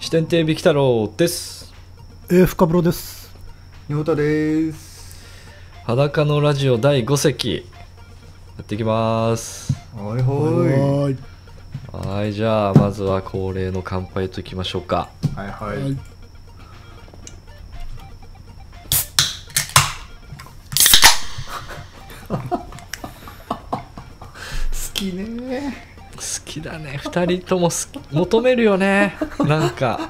視点亭ビキ太郎ですえー、深風呂です。にほたです。裸のラジオ第5席やっていきますはいははーい。はいじゃあまずは恒例の乾杯といきましょうかい。はいはい。好きね。 好きだね2人とも好き求めるよねなんか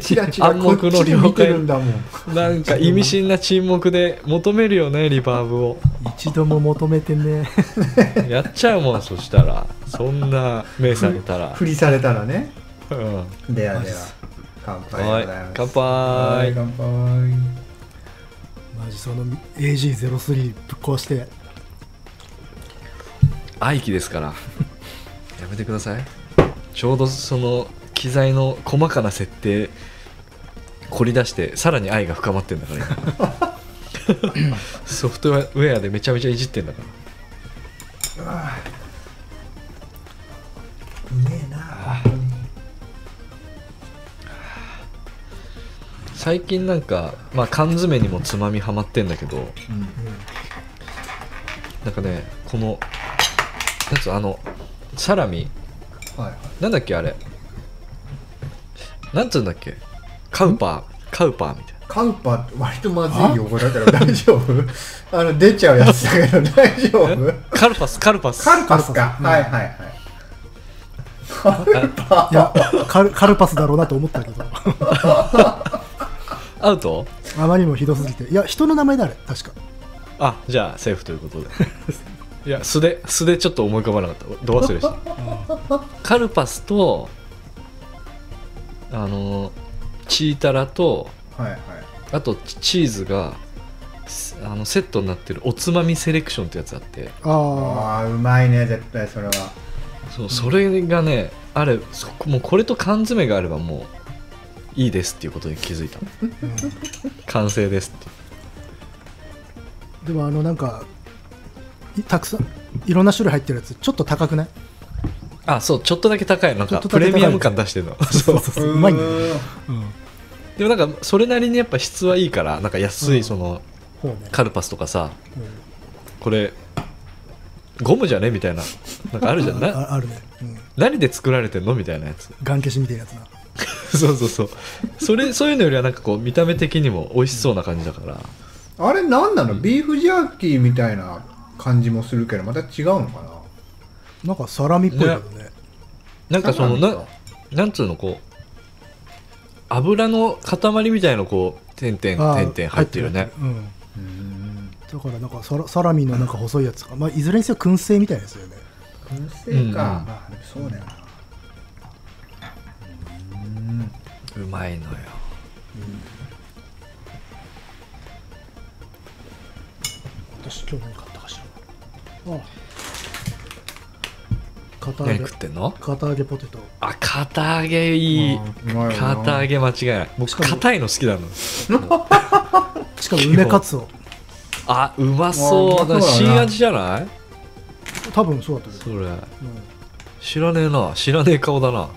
チラチラ暗こっ黙ちの了解に見てるんだもん。なんか意味深な沈黙で求めるよねリバーブを一度も求めてね。やっちゃうもんそしたらそんな目されたら、ふりされたらね。うん、ではでは。乾杯ではごいざいます。乾は杯い乾杯。マジその AG03 ぶっ壊して。愛機ですから やめてくださいちょうどその機材の細かな設定凝り出してさらに愛が深まってんだから 今ソフトウェアでめちゃめちゃいじってんだからうめえな。本最近なんか、まあ、缶詰にもつまみはまってんだけど当になんかねこのなんつうあのサラミうん。はいはい。なんだっけあれなんつうんだっけカウパーカウパーみたいなカウパーって割とまずい用語だから大丈夫あの出ちゃうやつだけど大丈夫カルパスカルパスカルパスカルパかスはいはいはいカルパいや、カルカルパスだろうなと思ったけど。アウトあまりにもひどすぎて。いや、人の名前だあれ、確か。あじゃあセーフという ことでいや素で素でちょっと思い浮かばなかったど忘れした カルパスとあのチータラとーはいはいあとチチーズがすあのセットになってるおつまみセレクションってやつあってあああうまいね絶対それはそうそれがねあれそこもうこれと缶詰があればもういいですっていうことに気 づいた完成ですってあ。でもあの、なんか、いたくさん、いろんな種類入ってるやつ、ちょっと高くないあそうちょっとだけ高いのちょがっとプだけ高レいミアム感出してる のそうそうそう。うまいんだよね。うーんうん。でもなんかそれなりにやっぱ質はいいからなんか安ういんそのほうね。カルパスとかさうんこれゴムじゃねみたいななんかあるじゃんなああるね。うん。何で作られてんのみたいなやつ ガン消しみたいなやつな。そうそうそうそれそういうのよりはなんかこう見た目的にも美味しそうな感じだからあれ何なのビーフジャーキーみたいな感じもするけどまた違うのかななんかサラミっぽいけどね。なんかそのそうなんなだなんつうのこう油の塊みたいのこう点々あー点々入ってるよね。入うん。うーんだからなんかサラサラミのなんか細いやつか、まあ、いずれにせよ燻製みたいなやつだよね燻製か、うんあでもそうだよなうまいのよ私今日何買ったかしらああ片揚何げ食ってんの片揚げポテトあ片揚げいいうんう まいよな片揚げ間違いないし僕かも硬いの好きなのしかも梅かつおあうまそうあうだまそうだな新味じゃない多分そうだと思それう、うん知らねえな知らねえ顔だな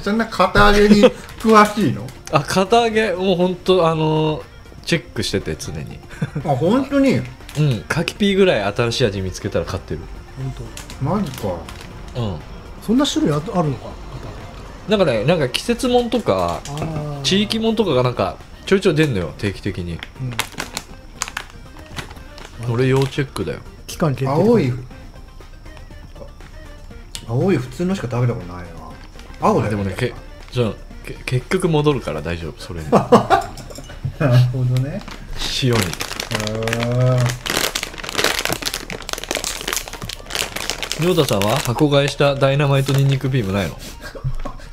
そんな片揚げに詳しいのあ片揚げもうほんとあのチェックしてて常に あ本当にうんカキピーぐらい新しい味見つけたら買ってるうん、本マジかうん当。そんな種類ああるのかなんかねなんか季節もんとか片揚げああ地域もんとかがなんかちょいちょい出んのよ定期的にうん、俺要チェックだよ期間限定青い青い普通のしか食べたことないな青だよでもねけじゃあけ結局戻るから大丈夫それに なるほど ね塩に亮太さんは箱買いしたダイナマイトニンニクビームないの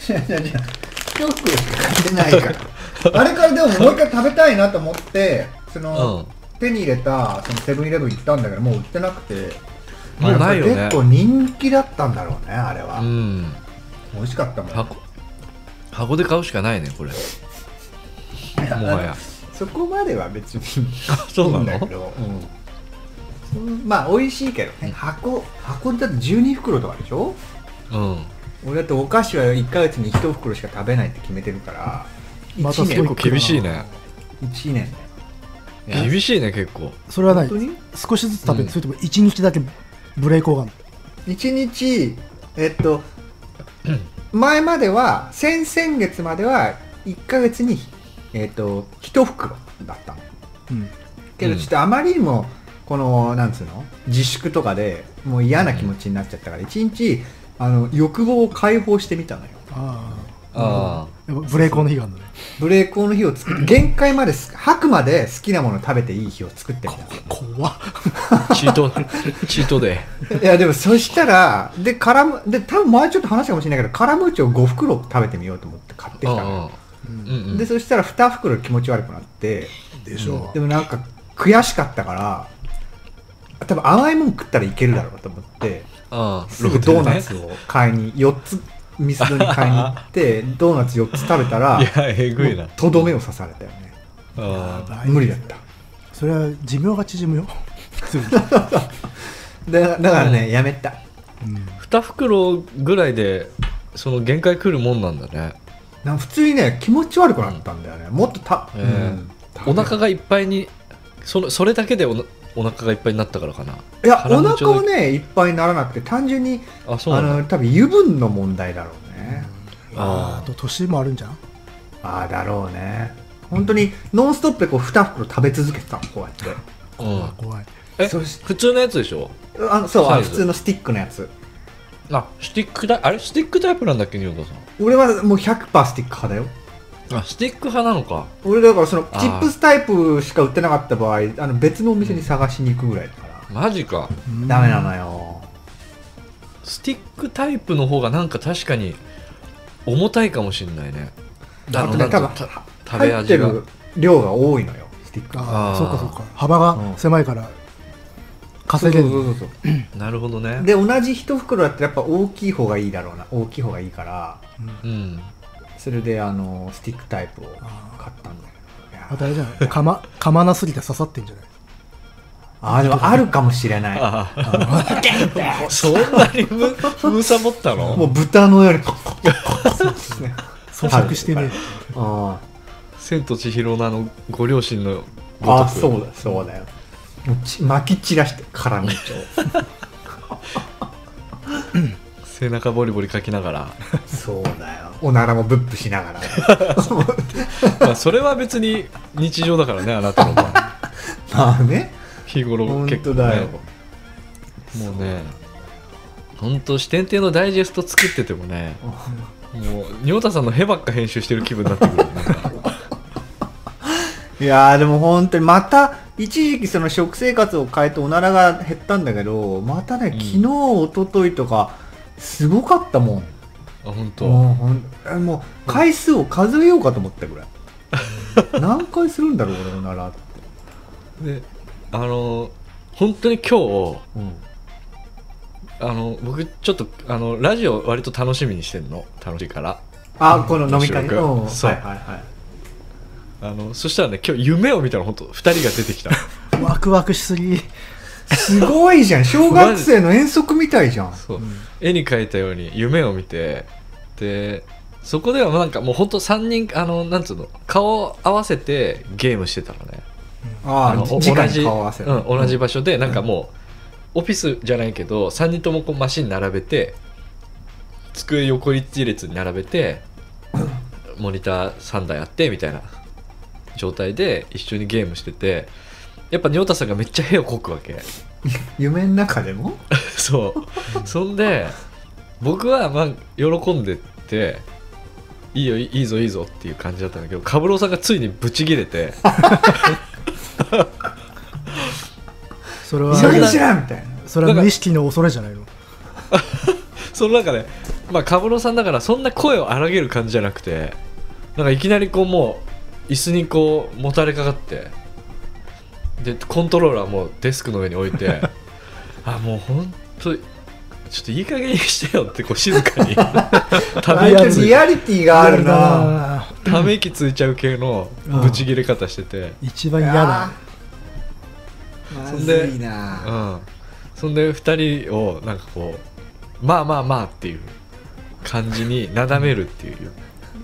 いやいやいやよく買ってないからあれからでももう一回食べたいなと思ってその、手に入れたそのセブンイレブン行ったんだけどもう売ってなくてまあもうないよね結構人気だったんだろうねあれは、うん美味しかったもん箱箱で買うしかないね これもはやそこまでは別にあそうないのいんだけど、うん、そんまあ美味しいけどね箱箱だって12袋とかでしょうん俺だってお菓子は1ヶ月に1袋しか食べないって決めてるからまた1す年ごい結構厳しいね1年だよいや厳しいね結構それはない本当に少しずつ食べうんてそれとも1日だけブレイクがある1日えっと前までは先々月までは1ヶ月にえっと1袋だったのうんけどうんちょっとあまりにもこのなんつうの自粛とかでもう嫌な気持ちになっちゃったから1日あの欲望を解放してみたのよあああやっぱブレイクの日があるんだねブレイクオンの日を 作って限界まです吐くまで好きなものを食べていい日を作って みた怖っあチート チートでいやでもそしたらでカラムで多分前ちょっと話したかもしれないけどカラムーチョを5袋食べてみようと思って買ってきたのうんうんでそしたら2袋気持ち悪くなってでしょでもなんか悔しかったから多分甘いもん食ったらいけるだろうと思ってああすぐドーナツを買いに4つミスドに買いに行って ドーナツ4つ食べたらいやえぐいなもうとどめを刺されたよねああ無理だったそれは寿命が縮むよすぐにでだからね、やめた うん2袋ぐらいでその限界来るもんなんだねなんか普通にね気持ち悪くなったんだよねもっとた、えーうんお腹がいっぱいにそのそれだけでおなお腹がいっぱいになったからかないや腹おの調腹子はねいっぱいにならなくて単純にあそうあなんだの多分油分の問題だろうね、あーあと年もあるんじゃんああだろうね本当にノンストップでこう2袋食べ続けてたのこうやってうん怖いえそし普通のやつでしょあのそうあのサイズ普通のスティックのやつあスティックだあれスティックタイプなんだっけニオタさ俺はもう100%スティック派だよんあスティック派なのか俺だからそのあーチップスタイプしか売ってなかった場合あの別のお店に探しに行くぐらいだから、マジかうんダメなのよスティックタイプの方がなんか確かに重たいかもしんないねだってなねんか多分たは食べ入って味がる量が多いのよスティックがああーあそうかそうか幅が狭いから稼げるそうそうそうそなるほどねうで同じ一袋だったらやっぱ大きい方がいいだろうな大きい方がいいからうんうんそれであのスティックタイプを買ったんだよいやまたあれじゃないかまかまなすぎて刺さってんじゃないあーでもあるかもしれないああ そんなにむむさぼったのもう豚のようにコッコッコ咀嚼してねあ千と千尋のあのご両親のーあーそううだそうだよもうち巻き散らして辛味を背中ボリボリかきながらそうだよおならもブップしながらまあそれは別に日常だからねあなたの場合まあね日頃本結構、当ね、だよもうね本当支店亭のダイジェスト作っててもねもう仁太さんのへばっか編集してる気分になってくる よねいやーでも本当にまた一時期その食生活を変えておならが減ったんだけどまたねうん昨日一昨日とかすごかったもん、あ本当もうほんえもう回数を数えようかと思ったぐらい何回するんだろう俺おならって、であの本当に今日うん、あの僕ちょっとあのラジオ割と楽しみにしてんの楽しいからあこの飲み会収録うんそうはいはいはいあのそしたらね今日夢を見たら本当二人が出てきたワクワクしすぎすごいじ ゃん小学生の遠足みたいじゃんそう、うん絵に描いたように夢を見てでそこではなんかもう本当三3人あのなんつうの顔を合わせてゲームしてたのねあのあおじ同直じに顔合わせるうん、同じ場所でなんかもう、オフィスじゃないけど3人ともこうマシン並べて机横一列に並べ て、モニター3台あってみたいな状態で一緒にゲームしててやっぱ仁太さんがめっちゃ屁をこくわけ夢の中でもそうそんで僕はまあ喜んでっていいよいいぞいいぞっていう感じだったんだけどカブローさんがついにブチギレてそれ「は急ぎしら!」みたいなそれは無意識の恐れじゃないのその中で、まあ、カブロさんだからそんな声を荒げる感じじゃなくてなんかいきなりこうもう椅子にこうもたれかかってでコントローラーもうデスクの上に置いてあもうほんとちょっといい加減にしてよってこう静かにため息ついリアリティがあるなため息ついちゃう系のブチギレ方してて、一番嫌だまそんでずいなうん、そんで2人をなんかこうまあまあまあっていう感じになだめるっていう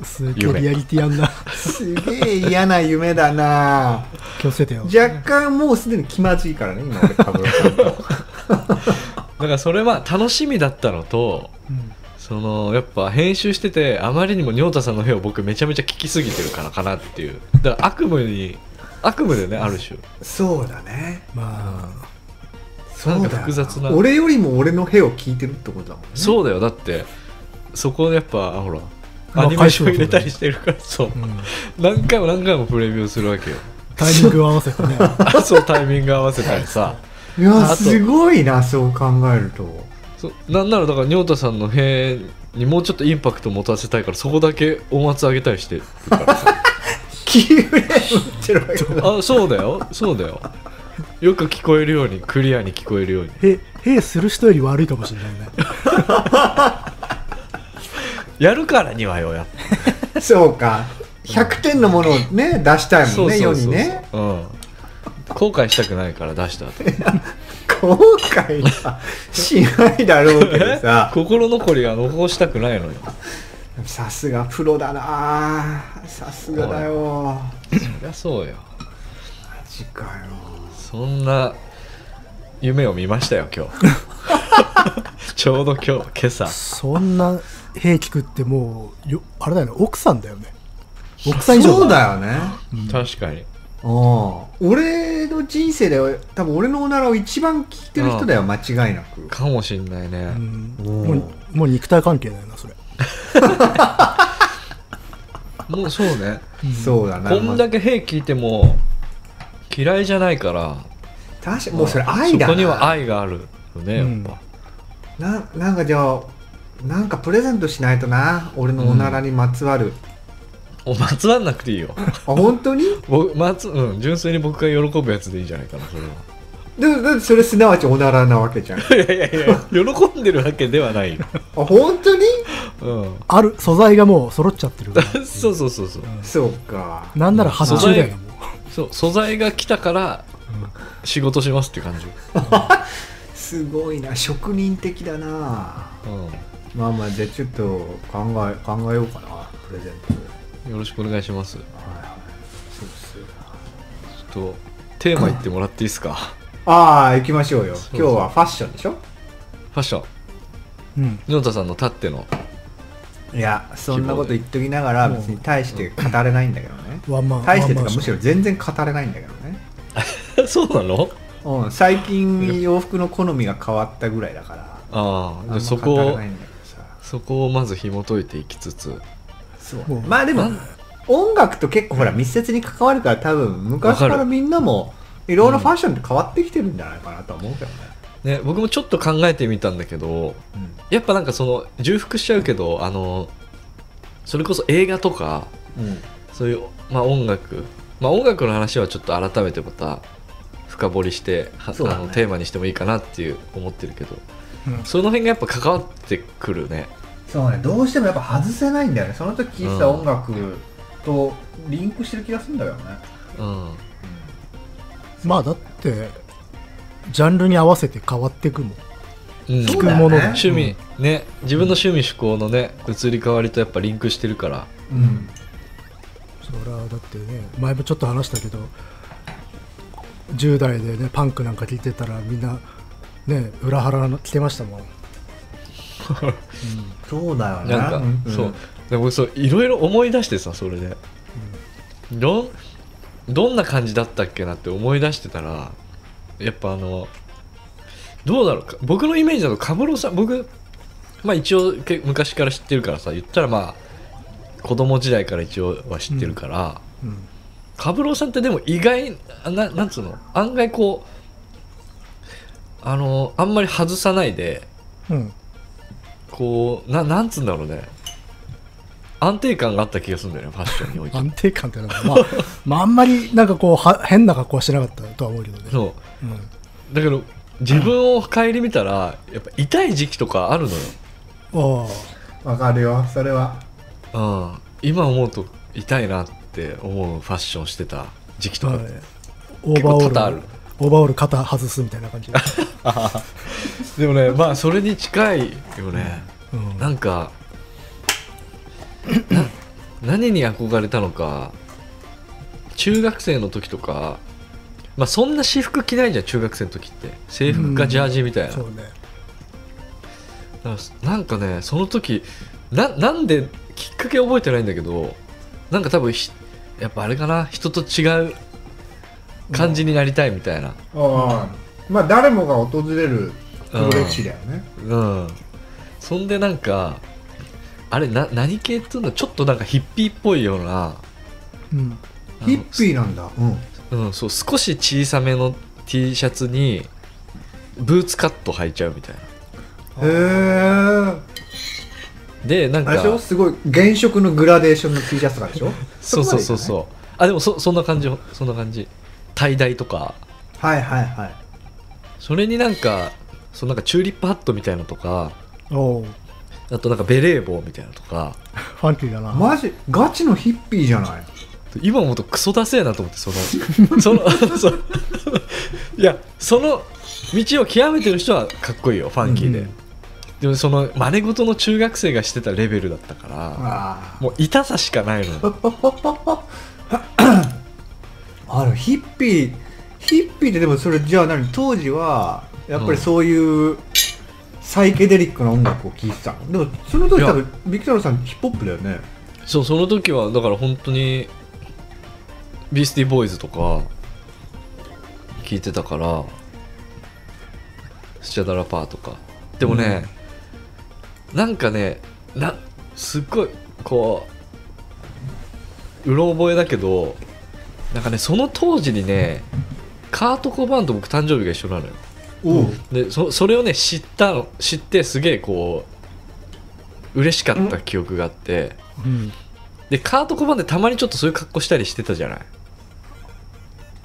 すげえリアリティあんなすげえ嫌な夢だな気をつけてよ若干もうすでに気まずいからね今俺かぶらさん とだからそれは楽しみだったのとうんそのやっぱ編集しててあまりにも仁田さんの部屋を僕めちゃめちゃ聞きすぎてるからかなっていうだから悪夢に悪夢でねある種そうだねまあそうだなんよか複雑な俺よりも俺の屁を聞いてるってことだもんねそうだよだってそこやっぱほらまあアニメーション入れたりしてるからそううん何回も何回もプレビューするわけよタイミングを合わせてねあ そうタイミング合わせたりさいやあとすごいなそう考えるとそうなんならだから仁田さんの部屋にもうちょっとインパクト持たせたいからそこだけ音圧上げたりしてるからさキーフレームってるわけだあそうだよそうだよよく聞こえるようにクリアに聞こえるようにへへする人より悪いかもしれないねやるからにはよやっぱそうか100点のものをね出したいもんね世にねうん後悔したくないから出した後後悔はしないだろうけどさ 心残りは残したくないのよさすがプロだなさすがだよそりゃそうよマジかよそんな夢を見ましたよ今日 ちょうど今日今朝そんな兵聞くってもうよあれだよね奥さんだよね奥さん以上そうだよね確かにうん俺の人生では多分俺のおならを一番聞いてる人だよ間違いなくかもしんないね、うんおーもうもう肉体関係だよなそれもうそうねそうだなこんだけ兵聞いても嫌いじゃないからまあ確かもうそれ愛だそなこには愛があるよねやっぱ、ななんかじゃあなんかプレゼントしないとな俺のおならにまつわる、おまつわんなくていいよあ本当に僕まつ、うん、純粋に僕が喜ぶやつでいいんじゃないかなそれはでだってそれすなわちおならなわけじゃんあいやいやいや喜んでるわけではないよ、本当にうん ある素材がもう揃っちゃってるから そうそうそうそうそうかなんなら発注だよねもそう素材が来たから仕事しますって感じ、すごいな職人的だうなんまあまあじゃあちょっと考え考えようかなプレゼントよろしくお願いしますちょはいはいそうっすよっとテーマ言ってもらっていいですかああ行きましょうよそうそう今日はファッションでしょファッションう、うん、ジョンタさんのたってのいやそんなこと言っときながら別に大して語れないんだけどねワンマン大してとワンかマンむしろ全然語れないんだけど ねそうなのうん、最近洋服の好みが変わったぐらいだからあああんじゃまあそ語こらをないんだけどさそこをまず紐解いていきつつそうもうまあでもなん音楽と結構ほら密接に関わるから多分昔かわからるみんなもいろいろファッションって変わってきてるんじゃないかなとは思うけどね、ね僕もちょっと考えてみたんだけどやっぱなんかその重複しちゃうけどあのそれこそ映画とかうんそういう、まあ、音楽、まあ、音楽の話はちょっと改めてまた深掘りして、はそうだあねのテーマにしてもいいかなっていう思ってるけどうんその辺がやっぱ関わってくるねそうねどうしてもやっぱ外せないんだよねその時聴いてたうん音楽とリンクしてる気がするんだけどね、うんまあだってジャンルに合わせて変わっていくもんうんそ聞うくだよねものが趣味、ね自分の趣味趣向のね移り変わりとやっぱリンクしてるからうんそれはだってね前もちょっと話したけど10代でねパンクなんか聞いてたらみんなね裏腹の着てましたもんそうだよねなんか、うんそうでもそういろいろ思い出してさそれで、どんどんな感じだったっけなって思い出してたらやっぱあのどうだろうか僕のイメージだとカブロさん僕まあ一応け昔から知ってるからさ言ったらまあ子供時代から一応は知ってるから、うんカブロさんってでも意外あななんつうの案外こうあのあんまり外さないでうんこうななんつうんだろうね安定感があった気がするんだよねファッションにおいて 安定感ってのはまあ、まあ、あんまりなんかこうは変な格好はしてなかったとは思うけどね、そううん、だけど自分を顧みたらやっぱ痛い時期とかあるのああわかるよそれはよ、うん、今思うと痛いなって思うファッションしてた時期とか、 はい オーバーオ結構多々あーるルオーバーオール肩外すみたいな 感じで、でもねまあそれに近いよね、うんなんか何に憧れたのか中学生の時とかまあそんな私服着ないじゃん中学生の時って制服かジャージみたいな、そうねなんかなんかねその時ななんできっかけ覚えてないんだけどなんか多分ひやっぱあれかな人と違う感じになりたいみたいな、ああまあ誰もが訪れる黒歴史だよねうんそんでなんかあれな何系っていうのちょっとなんかヒッピーっぽいような、うんあのヒッピーなんだうんうん、そう少し小さめの T シャツにブーツカット履いちゃうみたいなへえでなんあかれでしょすごい原色のグラデーションの T シャツがでしょ そうそうそううそうあでもそそんな感じそんな感じ滞大とかはいはいはいそれになんかそのなんかチューリップハットみたいなのとかおうあとなんかベレー帽みたいなのとかファンキーだな、マジガチのヒッピーじゃない今思うとクソダセえなと思ってそのその そういやその道を極めてる人はかっこいいよファンキーで、うんでもその真似事の中学生がしてたレベルだったからあもう痛さしかないのよあるヒッピーヒッピーってでもそれじゃあ何当時はやっぱりそういうサイケデリックな音楽を聴いてたのでもその時多分ビクトロさんヒップホップだよねそうその時はだから本当にビースティーボーイズとか聞いてたからスチャダラパーとかでもね、なんかねなすっごいこううろ覚えだけどなんかねその当時にねカート・コバーンと僕誕生日が一緒なのよおうでそそれをね知ったの知ってすげえこう嬉しかった記憶があって、うん、でカートコマンでたまにちょっとそういう格好したりしてたじゃない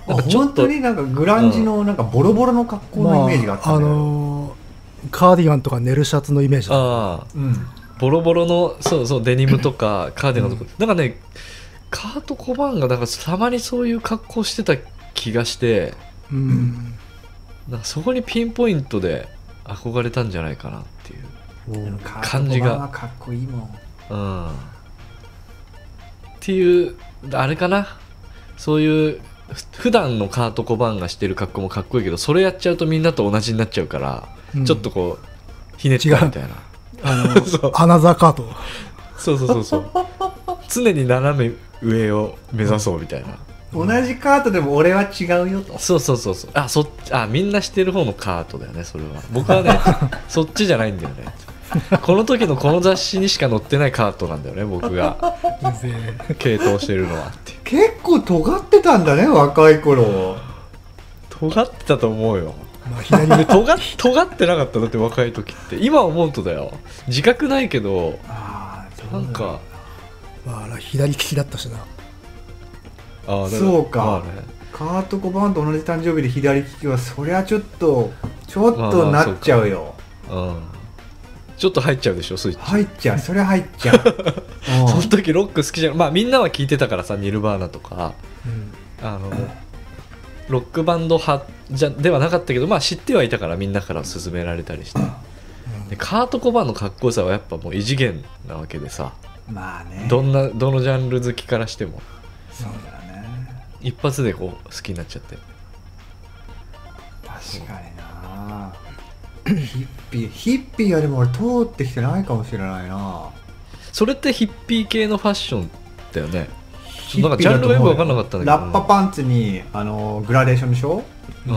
なんかちょっ本と当になんかグランジのなんかボロボロの格好のイメージがあったまあ、あんだよのーカーディガンとか寝るシャツのイメージだああうんボロボロのそうそうデニムとかカーディガンとか、なんかねカートコマンがなんかたまにそういう格好してた気がしてうんなんかそこにピンポイントで憧れたんじゃないかなっていう感じじががかっこいいもんうんっていうあれかなそういうふ普段のカートコバンがしてる格好もかっこいいけどそれやっちゃうとみんなと同じになっちゃうから、うんちょっとこうひねったみたいなあ のそうアナザーカートそうそうそうそう 常に斜め上を目指そうみたいな、同じカートでも俺は違うよとそうそうそうそうあそっちあみんなしてる方のカートだよねそれは僕はね そっちじゃないんだよねこの時のこの雑誌にしか載ってないカートなんだよね僕 が系統してるのはっていう結構尖ってたんだね若い頃尖ってたと思うよまあ、左目で尖っ尖ってなかっただって若い時って今思うとだよ自覚ないけどああそうなだんかまあ、左利きだったしなあーだらそうかまあねカート・コバーンと同じ誕生日で左利きはそりゃちょっとちょっとなっちゃうようんちょっと入っちゃうでしょスイッチ入っちゃう そりゃ入っちゃうその時ロック好きじゃんまあみんなは聞いてたからさニルバーナとかうんあのロックバンド派じゃではなかったけどまあ知ってはいたからみんなから勧められた りしてでカート・コバーンのかっこよさはやっぱもう異次元なわけでさうんまあねどんなどのジャンル好きからしてもそうだね一発でこう好きになっちゃって確かになヒッピーヒッピーはでも俺通ってきてないかもしれないなそれってヒッピー系のファッションだよねヒッなんかピジーャだンルとがよく思うよ分かんなかったんだけどラッパパンツにあのグラデーションでしょうん、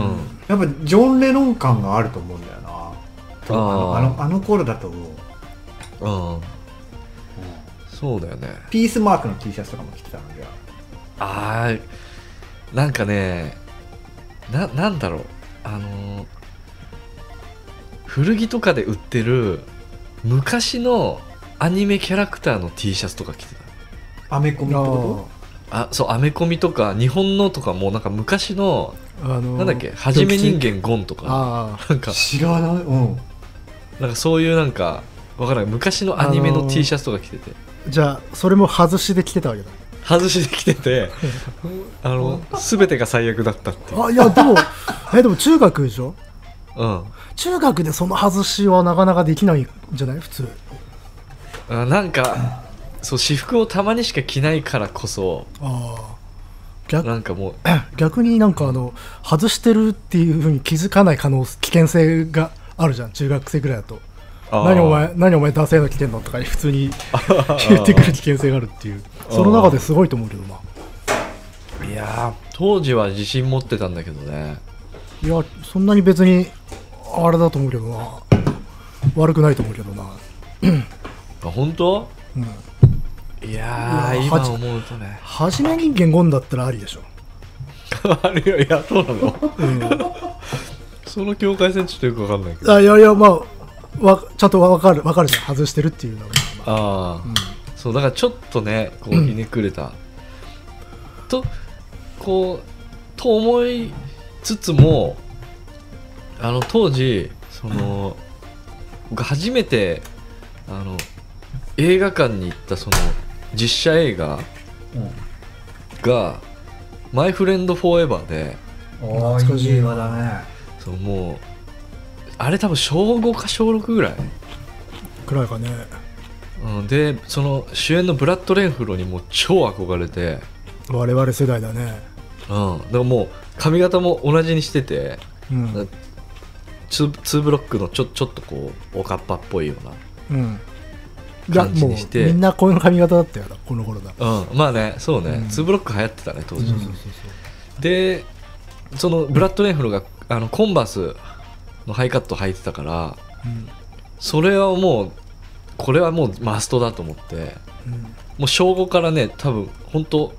やっぱジョン・レノン感があると思うんだよなあのあのあの頃だと思う、うんうん、そうだよねピースマークの T シャツとかも着てたのであーなんかねななんだろうあのー古着とかで売ってる昔のアニメキャラクターの T シャツとか着てたアメコミってこあそうアメコミとか日本のとかもなんか昔のあのなんだっけ「はじめ人間ゴン」とかああなんとか知らないうんなんかそういうなんかわからない昔のアニメあののー T シャツとか着てて、じゃあそれも外しで着てたわけだ外しで着て てあの全てが最悪だったっていう、あいやでも えでも中学でしょうん、中学でその外しはなかなかできないんじゃない普通あなんかそう私服をたまにしか着ないからこそああ逆なんかもう逆になんかあの外してるっていうふうに気づかない可能危険性があるじゃん中学生ぐらいだとあー 何お前何お前ダセえの着てんのとか普 通に言ってくる危険性があるっていうその中ですごいと思うけどないやー当時は自信持ってたんだけどねいやそんなに別にあれだと思うけどな悪くないと思うけどな、あ本当うん、いやーうわ今はじ思うとね 初めに言語んだったらありでしょ、あれよいやそうなのうん、 その境界線ちょっとよくわかんないけどああいやいやまあわちゃんとわかるわかるじゃん外してるっていうのは、まああー、そうだからちょっとねこうひねくれた、とこうと思いつつもあの当時その、僕初めてあの映画館に行ったその実写映画が「マイ・フレンド・フォーエバーで」うん、ああい懐かしいい映画だねそうもうあれ多分小5か小6ぐらい、くらいかねうん、でその主演のブラッド・レンフローにもう超憧れて、我々世代だねうん、だからもう髪型も同じにしててうん、ツーツーブロックのちょちょっとこうおかっぱっぽいよううん、いや感じもうにしてみんなこの髪型だったよなこの頃だな、うん、まあねそうね、うんツーブロック流行ってたね当時、そうそうでそのブラッド・レンフローがあのコンバースのハイカット履いてたからうんそれはもうこれはもうマストだと思ってうんもう小5からね多分本当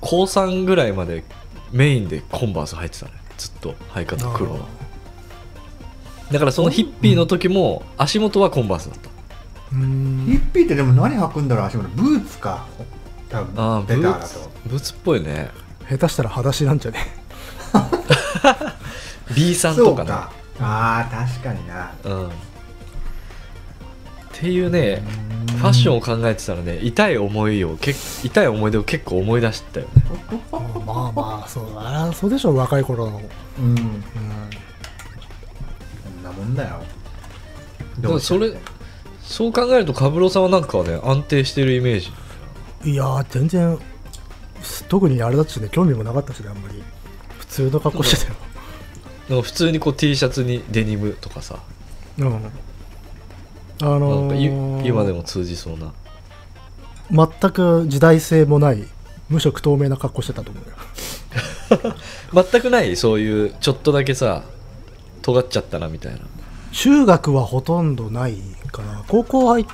高3ぐらいまでメインでコンバース入ってたねずっとはい方黒はだからそのヒッピーの時も足元はコンバースだった、うヒんッピーってでも何履くんだろう足元ブーツか多分ああブベターーだツとブーツっぽいね下手したら裸足なんじゃね B さんそとうかねかああ確かになうんっていうねファッションを考えてたらね痛い思いをけ痛い思い出を結構思い出してたよねまあまあそうあらそうでしょ若い頃の、うん、うんこんなもんだよだからそれそう考えるとカブロさんはなんかはね安定してるイメージいやー全然特にあれだっちね興味もなかったしねあんまり普通の格好してたよなんか普通にこう T シャツにデニムとかさうんあのなんかーい今でも通じそうな全く時代性もない無色透明な格好してたと思うよ全くないそういうちょっとだけさ尖っちゃったなみたいな中学はほとんどないかな高校入っ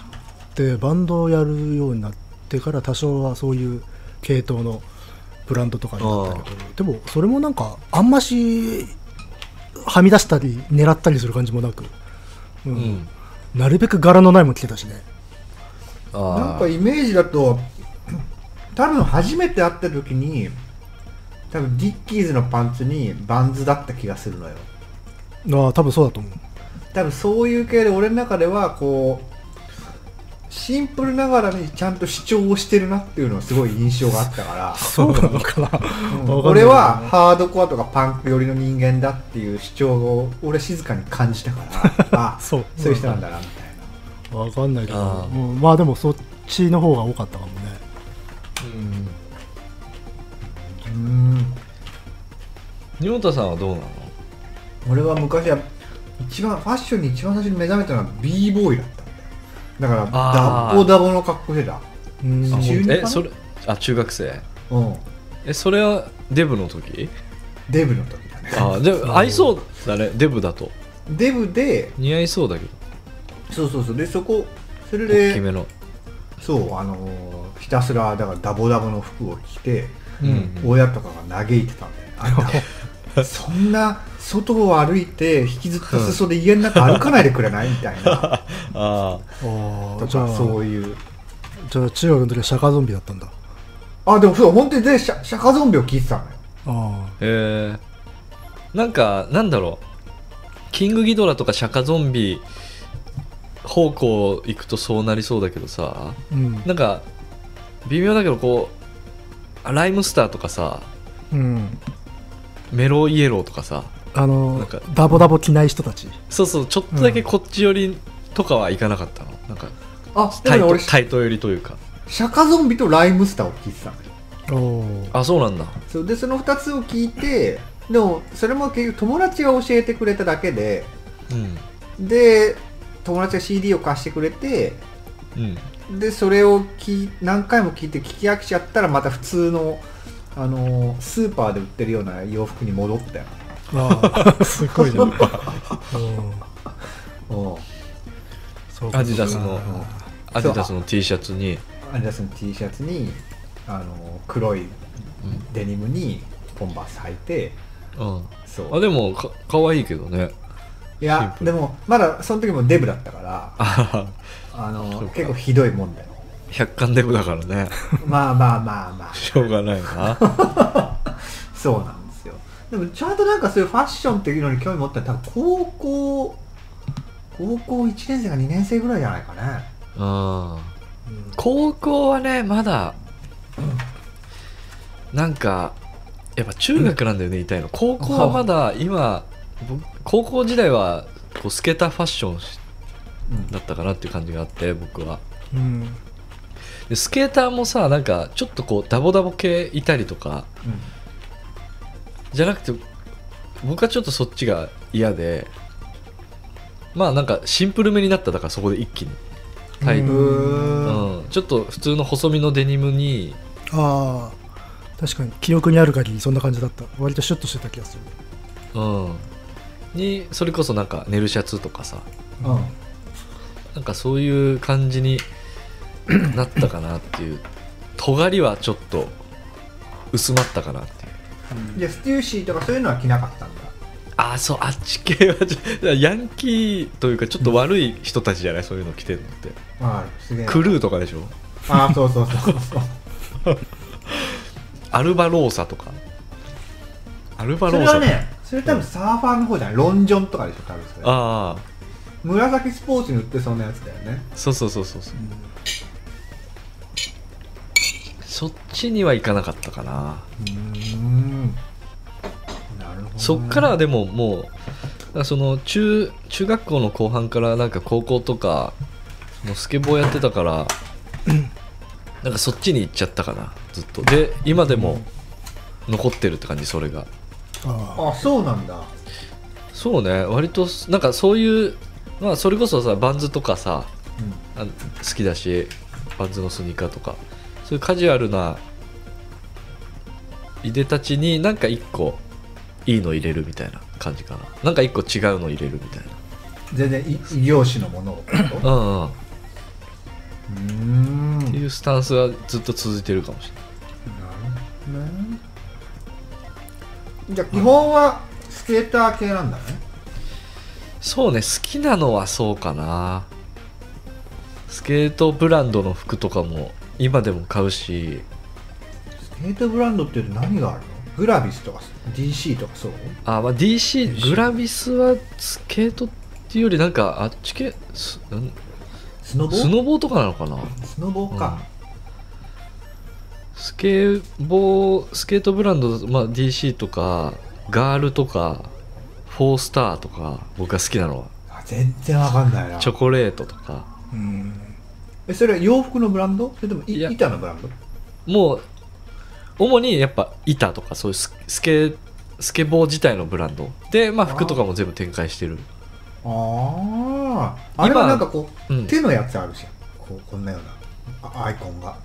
てバンドをやるようになってから多少はそういう系統のブランドとかになったけどでもそれもなんかあんましはみ出したり狙ったりする感じもなく、うんうんなるべく柄のないもん着てたしねなあんあかイメージだと多分初めて会った時に多分ディッキーズのパンツにバンズだった気がするのよああ多分そうだと思う多分そういう系で俺の中ではこうシンプルながらにちゃんと主張をしてるなっていうのはすごい印象があったからそうなのかなわうんかんない俺はハードコアとかパンク寄りの人間だっていう主張を俺静かに感じたか らあそうそういう人なんだなみたいなわかんないけどああうんまあでもそっちの方が多かったかもねうんうん仁太さんはどうなの俺は昔は一番ファッションに一番最初に目覚めたのは b ボーイだったんだよだからあダーッボダボの格好してたうんあ中二かなえそれあ中学生うんえそれはデブの 時デブの時だねああでも合いそうだねデブだとデブで似合いそうだけどそうそうそうでそこそれ大きでめのそうあのーひたすらだからダボダボの服を着て、うん親とかが嘆いてたんだよねあん たそんな外を歩いて引きずった裾で家の中歩かないでくれないみたいなああああ とじゃかあそういうじゃあ中学の時は釈迦ゾンビだったんだあでもそう本当にでシャシャカゾンビを聞いてたのよあえー、なんかなんだろうキングギドラとか釈迦ゾンビ方向行くとそうなりそうだけどさあうんなんか微妙だけどこうあライムスターとかさうんメロイエローとかさあなのんかダボダボ着ない人たちそうそうちょっとだけこっち寄りとかはいかなかったの、なんかあでタイもねト俺タイト寄りというかシャカゾンビとライムスターを聴いてたのよおーあそうなんだそうでその2つを聞いてでもそれも結局友達が教えてくれただけでうんで友達が CD を貸してくれてうんでそれを聞い何回も聞いて聞き飽きちゃったらまた普通の、あのースーパーで売ってるような洋服に戻ったよ、あーす ごいな、うん、そうかアディダスのあアディダスの T シャツにアディダスの T シャツに、あのー黒いデニムにコンバース履いてうんそあうでもかかわいいけどねいシンやプルでもまだその時もデブだったから、あははあのそうーか結構ひどい もんだよ百貫デブだからねまあまあまあまあしょうがないなそうなんですよでもちゃんとなんかそういうファッションっていうのに興味持ったのは多分高校高校1年生か2年生ぐらいじゃないかねうんーうん高校はねまだなんかやっぱ中学なんだよね、言いたいの高校はまだ今僕高校時代はこう透けたファッションしうんだったかなっていう感じがあって僕はうんでスケーターもさなんかちょっとこうダボダボ系いたりとかじゃなくて僕はちょっとそっちが嫌でまあなんかシンプルめになっただからそこで一気にタイうプ、うんんちょっと普通の細身のデニムにああ確かに記憶にある限りそんな感じだった割とシュッとしてた気がするうんにそれこそなんか寝るシャツとかさうんなんかそういう感じになったかなっていう尖りはちょっと薄まったかなっていうじゃあステューシーとかそういうのは着なかったんだああそうあっち系はちょヤンキーというかちょっと悪い人たちじゃないそういうの着てるのってああすげえクルーとかでしょああそうそうそう そうアルバローサとかアルバそローれサはねそれ多分サーファーの方じゃないロンジョンとかでしょ多分それあ紫スポーツに売ってそうなやつだよねあそうそうそうそうそうそっちには行かなかったかなうんなるほどねそっからはでももうだからその中中学校の後半からなんか高校とかもうスケボーやってたからなんかそっちに行っちゃったかなずっとで今でも残ってるって感じそれがああそうなんだそうね割となんかそういうまあそれこそさバンズとかさうんあの好きだしバンズのスニーカーとかそういうカジュアルないでたちになんか一個いいの入れるみたいな感じかななんか一個違うの入れるみたい全然い異業種のものをってことなうんうんっうーんなてるいうスタンスはずっと続いてるかもしれないほどねじゃあ基本はスケーター系なんだねそうね好きなのはそうかなスケートブランドの服とかも今でも買うしスケートブランドって言うと何があるのグラビスとか DC とかそうあ、まあ、DC グラビスはスケートっていうよりなんかあっち系スんスノボスノボーとかなのかなスノボか、スケボースケートブランドだと、まあ、DC とかガールとかフォースターとか僕が好きなのあ全然わかんないなはチョコレートとかうんえそれは洋服のブランドそれともいいや板のブランドもう主にやっぱ板とかそういうススケスケボー自体のブランドで、まあ、あー服とかも全部展開してるあああれはなんかこう、うん手のやつあるじゃんこうこんなようなあアイコンが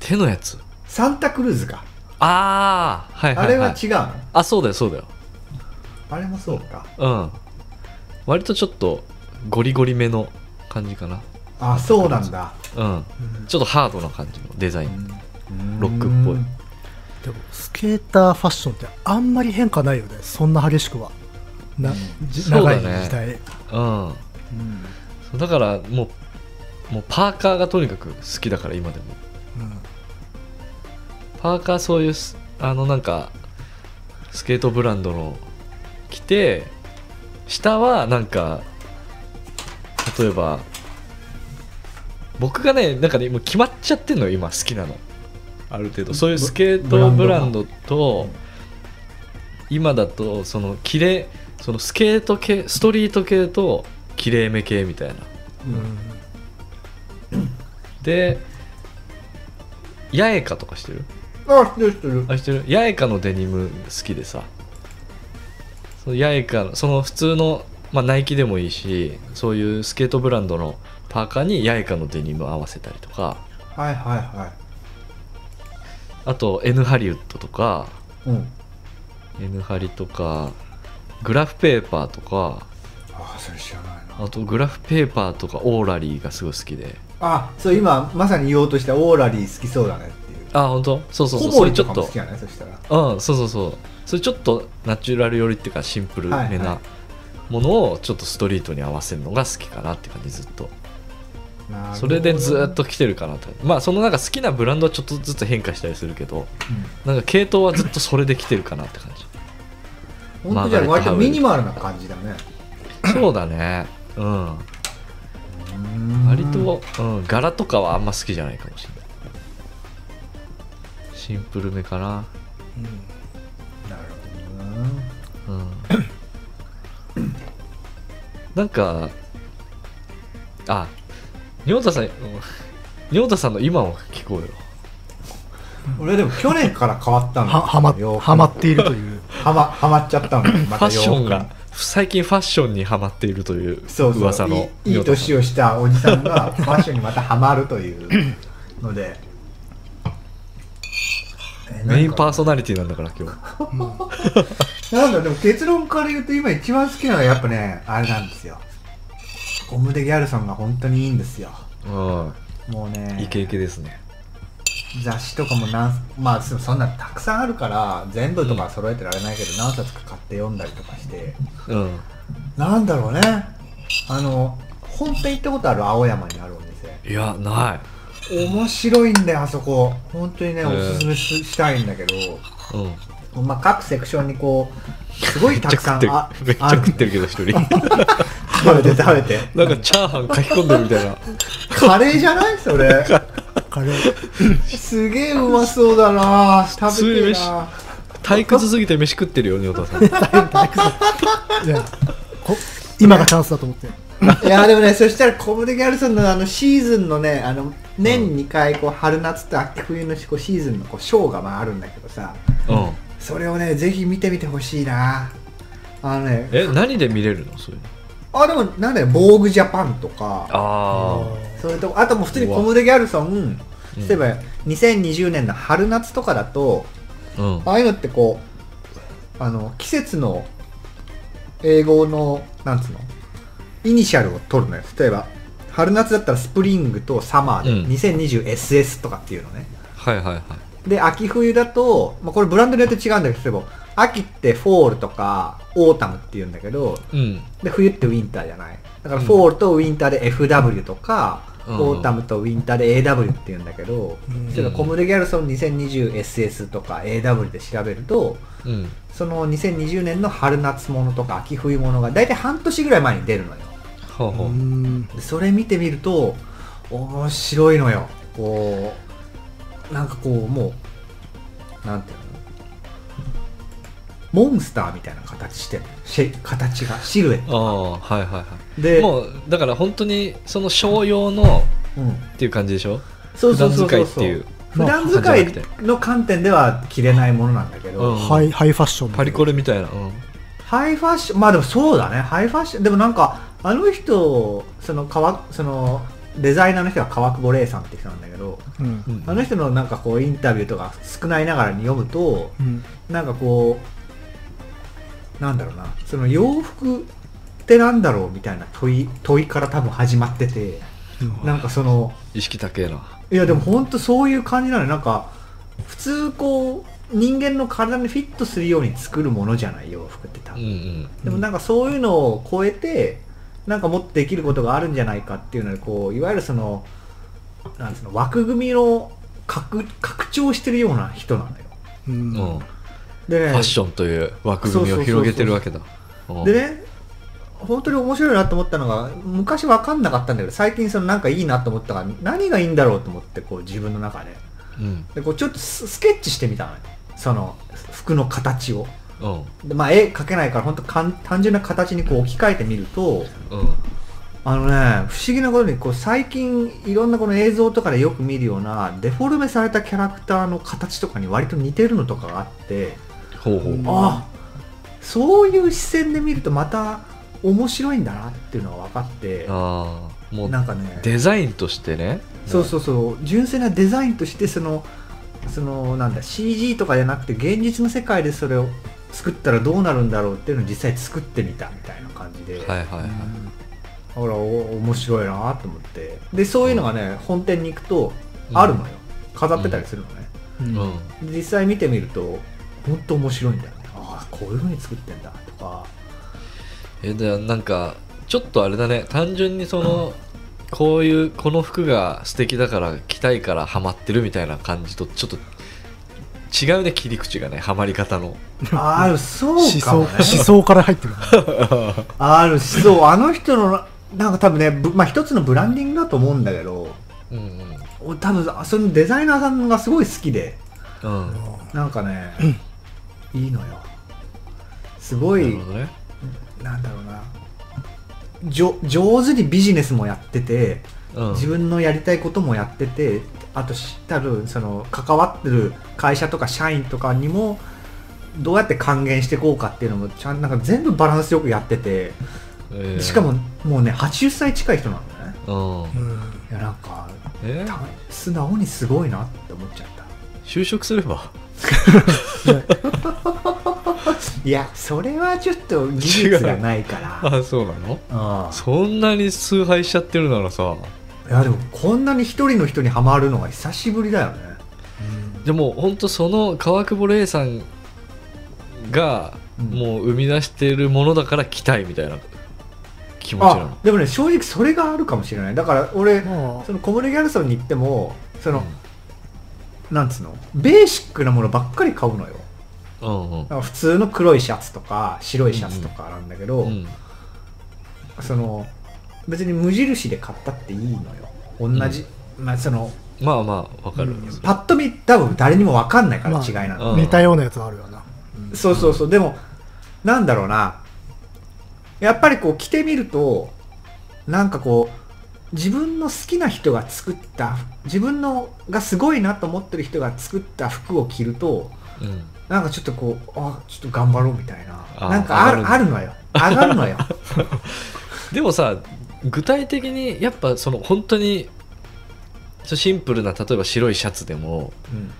手のやつサンタクルーズかああはいはあい、はい、れは違うのあそうだよそうだよあれもそうかうん割とちょっとゴリゴリめの感じかなあそうなんだうんちょっとハードな感じのデザインうんロックっぽいでもスケーターファッションってあんまり変化ないよねそんな激しくはな、じそう長だいね時代、うんうんそうだからもうもうパーカーがとにかく好きだから今でもパーカーそういうすあのなんかスケートブランドの着て下はなんか例えば僕がねなんかねもう決まっちゃってんのよ今好きなのある程度そういうスケートブランドと今だとそのきれそのスケート系ストリート系ときれいめ系みたいなうんで八重かとかしてるあ知ってる知ってるあしてる八重かのデニム好きでさその八重かのその普通の、まあ、ナイキでもいいしそういうスケートブランドのパーカーに八重かのデニムを合わせたりとかはいはいはあと N ハリウッドとかいうん N ハリとかグラフペーパーとかああそれ知らないなあとグラフペーパーとかオーラリーがすごい好きであそう今まさに言おうとしたオーラリー好きそうだねっていうあ本当そうそうそうコそボれリちとょっかもと好きやねそしたらうんそうそうそうそれちょっとナチュラル寄りっていうかシンプルはめいはいなものをちょっとストリートに合わせるのが好きかなって感じずっとなるほどそれでずっと来てるかなとまあそのなんか好きなブランドはちょっとずつ変化したりするけどなんか系統はずっとそれで来てるかなって感じうん本当じゃあマーガレッ割トとミニマルな感じだねそうだねうんうん割と、うん、柄とかはあんま好きじゃないかもしれないシンプルめかななるほどうなんなんかあ仁太さん仁太さんの今を聞こうよ俺でも去年から変わったのははまよはまっているというはまはまっちゃったのフファッションが最近ファッションにはまっているというそうそう噂のいいいい仁太さん年をしたおじさんがファッションにまたハマるという のでえメインパなんかーソナリティなんだから今 日なんだでも結論から言うと今一番好きなのはやっぱねあれなんですよゴムデギャルソンが本当にいいんですようもうねんイケイケですね雑誌とかもなんまあそそんなたくさんあるから全部とか揃えてられないけど、何冊か買って読んだりとかしてうんなんだろうねあの本店行ったことある青山にあるお店いやな面白いんだよあそこ本当にねーおすすめししたいんだけいうんど、まあ、各セクションにこうすごめいっちたゃく食さっんてるあめっちゃ食ってるけど一人ある食べて食べてなんかチャーハン書き込んでるみたいなカレーじゃないそれカレーすげえうまそうだな食べてえな退屈すぎて飯食ってるよ仁太さんいやこ今がチャンスだと思っていやでもねそしたらコムデギャルソンのあのシーズンのねあの年2回こう春夏と秋冬のこうシーズンのこうショーがまああるんだけどさうんそれをねぜひ見てみてほしいなあのねえ何で見れるのそういうのあでもなんだよ「ボーグジャパン」とかあそれとあともう普通にうわコムデ・ギャルソンうん例えば2020年の春夏とかだと、あうんああいうのってこうあの季節の英語のなんつうのイニシャルを取るのよ例えば春夏だったらスプリングとサマーで、うん 2020SS とかっていうのねはいはいはいで秋冬だと、まあ、これブランドによって違うんだけど例えば秋ってフォールとかオータムっていうんだけどうんで冬ってウィンターじゃないだからうんフォールとウィンターで FW とか、うんオータムとウィンターで AW っていうんだけど、うんちょっとコムデ・ギャルソン 2020SS とか AW で調べるとうんその2020年の春夏物とか秋冬物が大体半年ぐらい前に出るのよはあはあうんでそれ見てみると面白いのよこうなんかこうもうなんていうのモンスターみたいな形してるシェ形がシルエットああはいはいはでいもうだから本当にその商用のうん、っていう感じでしょそうそうそうそう普段使いっていう普段使いの観点では着れないものなんだけど、うんハイハイファッションパリコレみたいなうんハイファッションまあでもそうだねハイファッションでもなんかあの人その川そのデザイナーの人が川久保玲さんって人なんだけどうんうんあの人のなんかこうインタビューとか少ないながらに読むとうんなんかこうなんだろうなその洋服ってなんだろうみたいな問い問いから多分始まっててなんかその意識高えないやでも本当そういう感じなのよなんか普通こう人間の体にフィットするように作るものじゃない洋服って多う分、んうんでもなんかそういうのを超えてなんかもっとできることがあるんじゃないかっていうのでこういわゆるそのなんつうの枠組みの拡拡張してるような人なのよううんんフでねァッションという枠組みを広げてるわけだうんでね本当に面白いなと思ったのが昔分かんなかったんだけど最近そのなんかいいなと思ったから何がいいんだろうと思ってこう自分の中でうんでこうちょっとススケッチしてみたのよその服の形をうんでまあ絵描けないから本当かん単純な形にこう置き換えてみるとうんああのね不思議なことにこう最近いろんなこの映像とかでよく見るようなデフォルメされたキャラクターの形とかに割と似てるのとかがあってほうほうあそういう視線で見るとまた面白いんだなっていうのが分かってああもうなんかねデザインとしてねそうそうそう純粋なデザインとしてそのそのなんだ CG とかじゃなくて現実の世界でそれを作ったらどうなるんだろうっていうのを実際作ってみたみたいな感じで、はいはいはいほらお面白いなと思ってでそういうのがね、本店に行くとあるのよ飾ってたりするのね、ううんん、で実際見てみると本当面白いんだよねああこういうふうに作ってんだとかえじゃあなんかちょっとあれだね単純にその、こういうこの服が素敵だから着たいからハマってるみたいな感じとちょっと違うね切り口がねハマり方 のあるそう思かも、想ね思、想から入ってるからあるそうあの人のなんか多分ね、ぶまあ、一つのブランディングだと思うんだけどうんうんお多分あそのデザイナーさんがすごい好きでうんなんかね、いいのよすごないるほどねなんだろうなじょ上手にビジネスもやってて、うん自分のやりたいこともやっててあとし多分その関わってる会社とか社員とかにもどうやって還元していこうかっていうのもちゃんなんか全部バランスよくやっててええしかももうね80歳近い人なんだねうん うんいやなんかえた素直にすごいなって思っちゃった就職すればいやそれはちょっと技術がないか らあそうなのうんそんなに崇拝しちゃってるならさいやでもこんなに一人の人にはまるのが久しぶりだよねでも本当その川久保玲さんがうんもう生み出してるものだから期待みたいな気持ちなあのでもね正直それがあるかもしれないだから俺まあその小森ギャルソンに行ってもその、なんつうのベーシックなものばっかり買うのようんうんなんか普通の黒いシャツとか白いシャツとかなんだけど、うんその別に無印で買ったっていいのよ同じ、まあそのまあまあわかる、うんパッと見多分誰にも分かんないからまあ違いなの、うん似たようなやつあるよなそうそうそう、でも、なんだろうな、やっぱりこう着てみると、なんかこう、自分の好きな人が作った、自分のがすごいなと思ってる人が作った服を着ると、うんなんかちょっとこう、あ、ちょっと頑張ろうみたいな、あなんかあ上るがあるるのよ、上が るのよ。でもさ具体的にやっぱその本当にそうシンプルな例えば白いシャツでもうん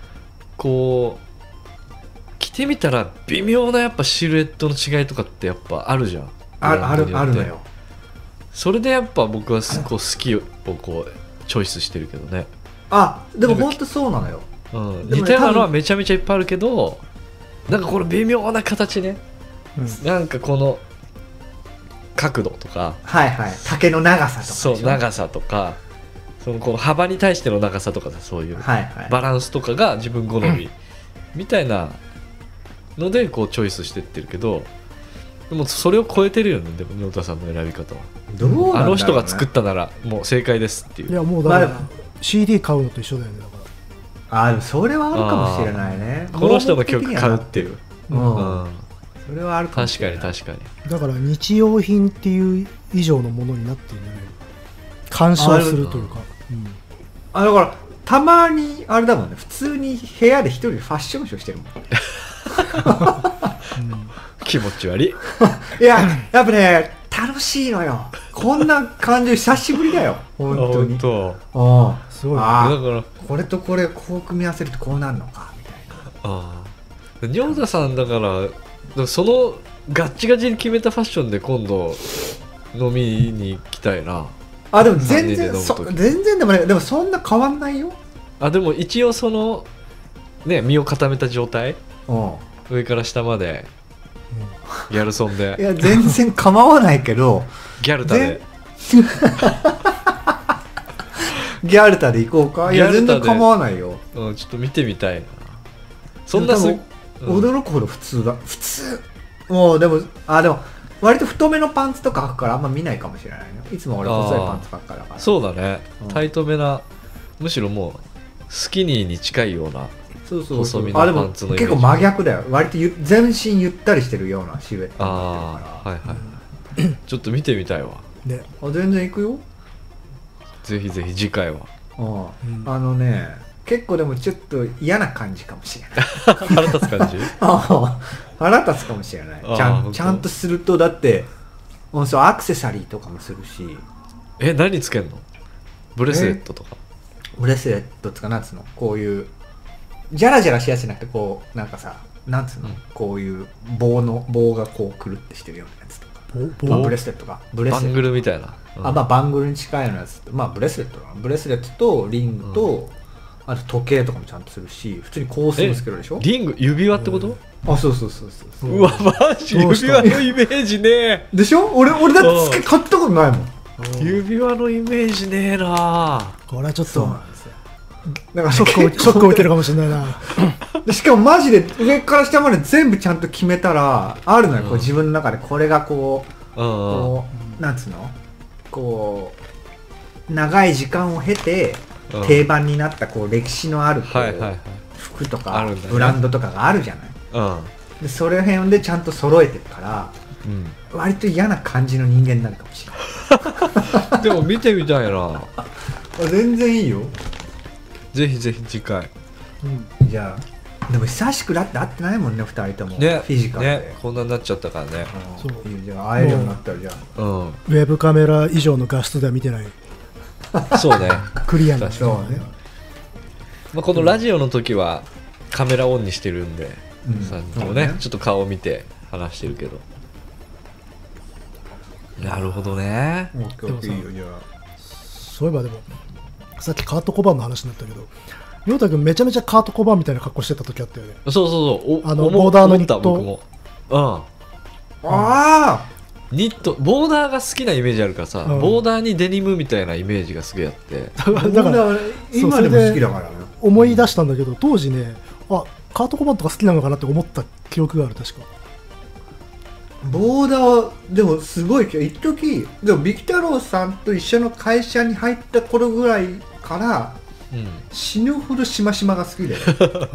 こう着てみたら微妙なやっぱシルエットの違いとかってやっぱあるじゃんあるあブるラあンドるによのってよ。それでやっぱ僕はすこう好きをこうチョイスしてるけどね、あ、でも本当そうなのよ。うん、でもね似たようなの多は分めちゃめちゃいっぱいあるけどなんかこの微妙な形ねうんなんかこの角度とかはいはい。竹の長さとかでしょ。そう長さとかそのこの幅に対しての長さとかさそういうはいはい。バランスとかが自分好みみたいなのでこうチョイスしてってるけどでもそれを超えてるよねでも野田さんの選び方は、どうなんだろうねあの人が作ったならもう正解ですっていういやもうだかまらあ CD 買うのと一緒だよねだかあでもそれはあるかもしれないねこの人の曲買うっていう、盲目的にはうなうんん、それはあるか確もしかれなにい確かにらだから日用品っていう以上のものになってるんじゃないの干渉するというかあだからたまにあれだもんね普通に部屋で一人でファッションショーしてるもんうんうん気持ち悪いい ややっぱね楽しいのよこんな感じ久しぶりだよ本当に当あすごいあだからこれとこれこう組み合わせるとこうなるのかみたいなああ尿田さんだからだからそのガッチガチに決めたファッションで今度飲みに行きたいなあでも全三人で飲然むそ時全然でもねでもそんな変わんないよあでも一応そのね身を固めた状態うん上から下までギャルソンいでや全然構わないけどギャルタでギャルタで行こうかいやギャル全タ然で構わないようん、ちょっと見てみたいなそんなすでもうん驚くほど普通だ普通もうでもあでも割と太めのパンツとか履くからあんま見ないかもしれないねいつも俺細いパンツばっかだからそうだね、うんタイトめなむしろもうスキニーに近いようなそうそうそう細身のあでもパンツのイメージ結構真逆だよ割とゆ全身ゆったりしてるようなシルエットになってるあかあはいはい、ちょっと見てみたいわらね、あ全然行くよぜひぜひ次 回はあ,、うんあのね結構でもちょっと嫌な感じかもしれない腹立つ感じあ腹立つかもしれないあちゃ本当んちゃんとするとだってうんそうアクセサリーとかもするし え何つけんのブレスレットとかブレスレットつかなんつうのこういうジャラジャラしやすいなくてこうなんかさなんつうの、うんこういう棒の棒がこうくるってしてるようなやつとか、ぼまあ、ぼブレスレットかブレバスレンッグトルみたいな、うんあまあバングルに近いようなやつまあブレスレットだなブレスレットとリングと、あと時計とかもちゃんとするし普通に香水もつけるでしょリング指輪ってこと、あそうそうそうそうそううわマジどうし指た輪のイメージねえでしょ俺俺だってつけ買ったことないもんうん指輪のイメージねえなこれはちょっとんですよだからショックを結構ショックを受けるかもしれないなでしかもマジで上から下まで全部ちゃんと決めたらあるのよ、こううん自分の中でこれがこううんうんこうなんつうのこう長い時間を経てうん定番になったこう歴史のあるこうはいはいはい服とあかるんだねブランドとかがあるじゃないでそれ辺でちゃんと揃えてるからうん、割と嫌な感じの人間になるかもしれうないん、でも見てみたい なあ全然いいよぜひぜひ次回じゃあでも久しくだって会ってないもんね2人とも、ねフィジカルで、ねこんなになっちゃったからねあーそういいよじゃあ会えるようになったらじゃあ うんウェブカメラ以上の画質では見てないそうね、クリアな確そうねまあ、このラジオの時はカメラオンにしてるんで、うんさんとそもうねねちょっと顔を見て話してるけどなるほどねオッケーオッケーいいでもよさそじゃういえばでもさっきカート小判の話になったけど亮太君めちゃめちゃカート小判みたいな格好してた時あ ったよねそうそうそうおあの思ボーダーのニット思った僕もああうんニットボーダーが好きなイメージあるからさ、うんボーダーにデニムみたいなイメージがすげえあってだかあら今そうそでもれで好きだからね思い出したんだけど当時ねあカート小判とか好きなのかなって思った記憶がある確かボーダーはでもすごいけど一時でもビキ太郎さんと一緒の会社に入った頃ぐらいからうん死ぬほどしましまが好き だよ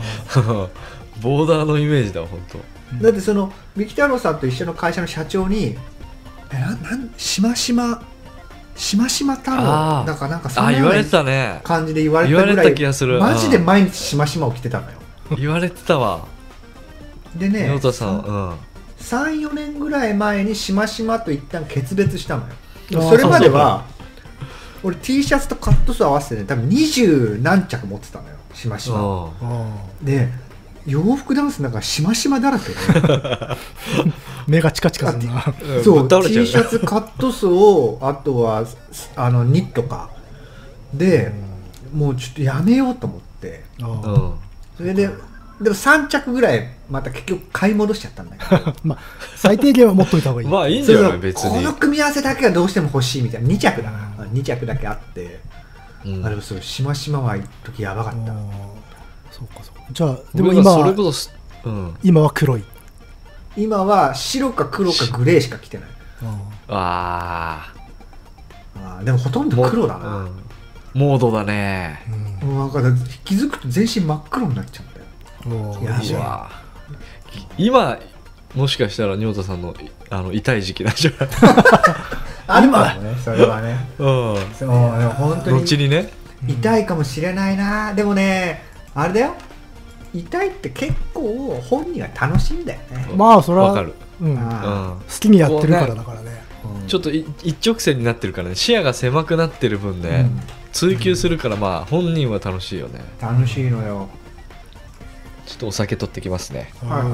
ボーダーのイメージだわほんとだってそのビキ太郎さんと一緒の会社の社長に「えななんしましましましま太あ郎」ーだからなんかそんあな言ようわれなてたね感じで言われた言わぐれらてた気がすいるマジでうん毎日しましまを着てたのよ言われてたわでねノータさん、うん、 34年ぐらい前にしましまと一旦決別したのよあーそれまでは俺 T シャツとカット数合わせてね多分二十何着持ってたのよしましまうんあで洋服ダンスなんかしましまだらけで目がチカチカするなそぶうっ倒れ T ちゃうシャツカット数をあとはあのニットかでもうちょっとやめようと思ってうあんそれででも3着ぐらいまた結局買い戻しちゃったんだけどあまあ最低限は持っといた方がいい、まあいいんそじゃうそないう別こにの組み合わせだけはどうしても欲しいみたいな2着だなうん2着だけあって、うんあでもそれしましまは一時やばかった、あそうかそうかじゃあででもも今今それはこそすうん今は黒い今は白か黒かグレーしか着てないあああーでもほとんーども黒だうな、んモードだねあうんもうなんか気づくと全身真っ黒になっちゃうんだよおーやいばいいいじゃんや今もしかしたら仁太さんのいあの痛い時期なんじゃないあでもねそれはね うんそうでも本当後ににね痛いかもしれないな、でもねあれだよ痛いって結構本人は楽しいんだよね、まあそれはわかる、うん、好あうきにやってるからだからねーうんん、ちょっとい一直線になってるからね視野が狭くなってる分ね、追求するからまあ本人は楽しいよねうん楽しいのよちょっとお酒取ってきますねはいはい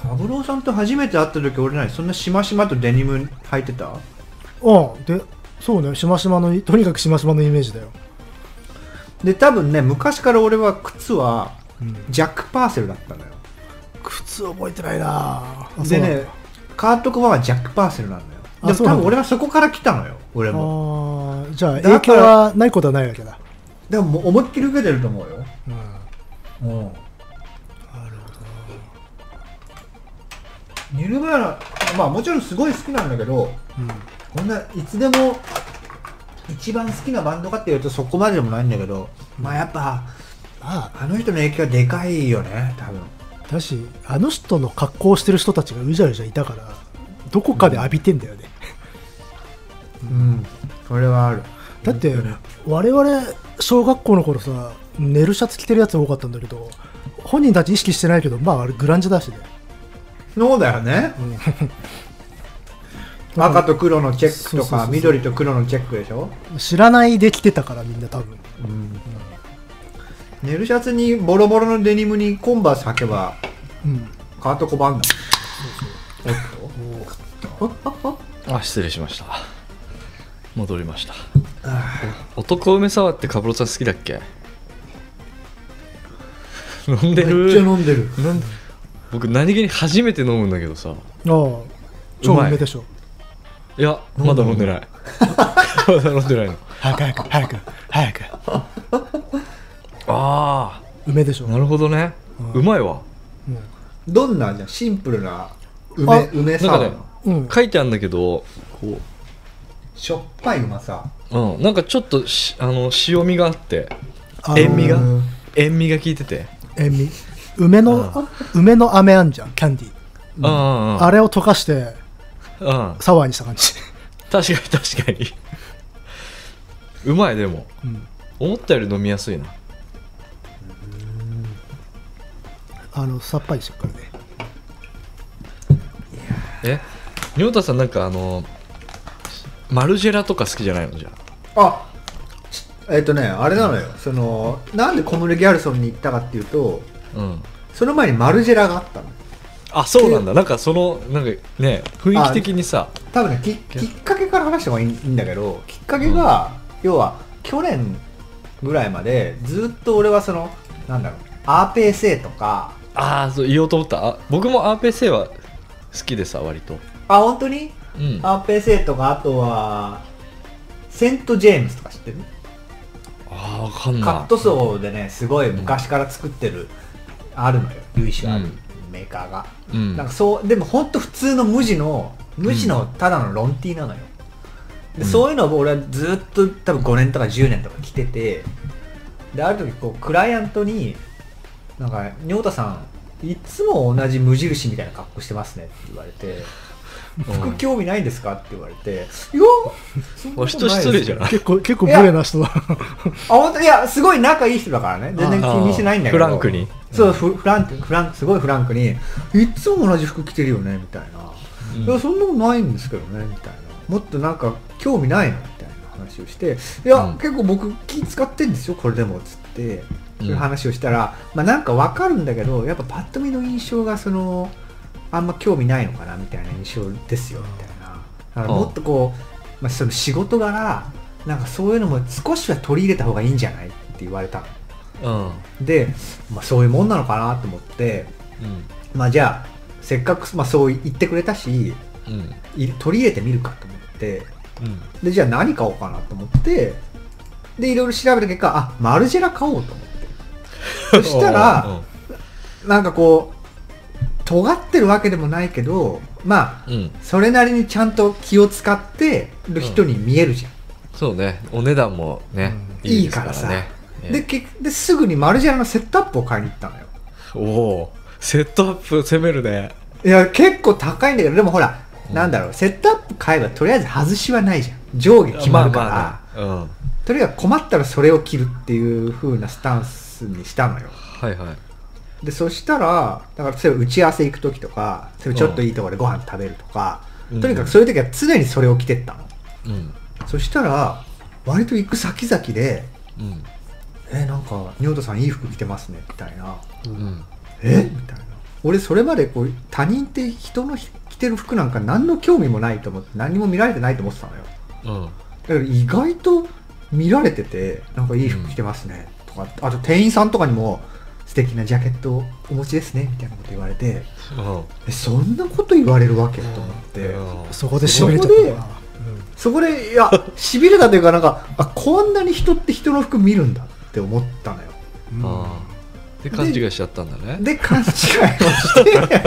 カブローさんと初めて会った時俺何そんなしましまとデニム履いてたうんでそうねしましまのとにかくしましまのイメージだよ、で多分ね昔から俺は靴はうん、ジャック・パーセルだったのよ靴覚えてないなぁでねカート・コバはジャック・パーセルなんだよあでもそうな多んだ分俺はそこから来たのよ俺あもーじゃあだから影響はないことはないわけだ、でももう思いっきり受けてると思うようん、なもるほどうニルバーナまあもちろんすごい好きなんだけどうんこんないつでも一番好きなバンドかっていうとそこまででもないんだけどまあやっぱまあの人の影響はでかいよね多分あだしあの人の格好をしてる人たちがうじゃうじゃいたからどこかで浴びてんだよね、うんそれはあるだって我々小学校の頃さ寝るシャツ着てるやつ多かったんだけど本人たち意識してないけどまああれグランジだしね、そうだよね、赤と黒のチェックとそうそうそうかそう緑と黒のチェックでしょ、知らないで着てたからみんな多分うん、寝るシャツにボロボロのデニムにコンバース履けばうんカート拒んだあ失礼しました戻りました男梅沢ってカブロちゃん好きだっけ飲んでめっちゃる飲んでる僕何気に初めて飲むんだけどさああ超うめでしょいやまだ飲んで ないまだ飲んでないの早く早く早く早くあ梅でしょあなるほどねうまいわどんなじゃあシンプルなあ梅梅サワーなんかのねうん書いてあるんだけどこしょっぱいうまさう、うん、なんかちょっとしあの塩味があってあの塩味がうん塩味が効いてて、塩味梅の梅の飴あんじゃんキャンディーうん、うんあれを溶かしてうんサワーにした感じ確かに確かにうまいでも うん思ったより飲みやすいなあのさっぱりしてるからねえにょうたさんなんかあのマルジェラとか好きじゃないのじゃあちえっ、とねあれなのよそのなんでコムレギャルソンに行ったかっていうとあうんその前にマルジェラがあったのあそうなんだなんかそのなんかね雰囲気的にさ多分ねききっかけから話した方がいいいいんだけどきっかけが、要は去年ぐらいまでずっと俺はそのなんだろうアーペーセーとかああそう言おうと思ったあ僕も RPC は好きでさ割とあ本当にうんあアーペーセーとかあとはセントジェームスとか知ってるあ分かんないカットソーでねすごい昔から作ってる、あるのよ由緒あるうんメーカーが、うんなんかそうでもほんと普通の無地の無地のただのロンティーなのよ、でうんそういうのを俺はずっと多分5年とか10年とか着ててである時こうクライアントに「なんか仁太さんいつも同じ無印みたいな格好してますね」って言われて「う服ん興味ないんですか?」って言われて「いやそんなことお人失礼じゃないでないす結構結構ブレな人だあ本当いやすごい仲いい人だからね全然気にしてないんだけどあーフランクにそうフフランクフランクすごいフランクに「いつも同じ服着てるよね」みたいな「うんいやそんなことないんですけどね」みたいな「もっとなんか興味ないの?」みたいな話をして「いや、うん結構僕気使ってんですよこれでも」っつってうそんういう話をしたら、まあなんかわかるんだけどやっぱパッと見の印象がそのあんま興味ないのかなみたいな印象ですよみたいなだからもっとこう、まあ、その仕事柄なんかそういうのも少しは取り入れた方がいいんじゃないって言われたのうんで、まあ、そういうもんなのかなと思ってまあじゃあせっかく、まあ、そう言ってくれたしうんい取り入れてみるかと思ってうんでじゃあ何買おうかなと思ってでいろいろ調べた結果あマルジェラ買おうと思ってそしたらなんかこう尖ってるわけでもないけどまあうんうんそれなりにちゃんと気を使ってる人に見えるじゃん、そうねお値段もねうんいいですからねでね結ですぐにマルジェラのセットアップを買いに行ったのよおおセットアップ攻めるねいや結構高いんだけどでもほら、うんなんだろうセットアップ買えばとりあえず外しはないじゃん上下決まるから、あまあねとりあえず困ったらそれを着るっていう風なスタンスにしたのようんはいはいでそしたらだから例えば打ち合わせ行く時とか例えばちょっといいところでご飯食べるとか、うんとにかくそういう時は常にそれを着てったの、うんそしたら割と行く先々でうん「えなんか仁太さんいい服着てますね」みたいなうん「えみたいな俺それまでこう他人って人の着てる服なんか何の興味もないと思って何も見られてないと思ってたのようんだから意外と見られててなんかいい服着てますねとかあと店員さんとかにも素敵なジャケットをお持ちですねみたいなこと言われてえそんなこと言われるわけと思ってうんそこでしびれちゃったなそこで いやしびれたというかなんかあこんなに人って人の服見るんだって思ったのようんあーで勘違いしちゃったんだねで勘違いを して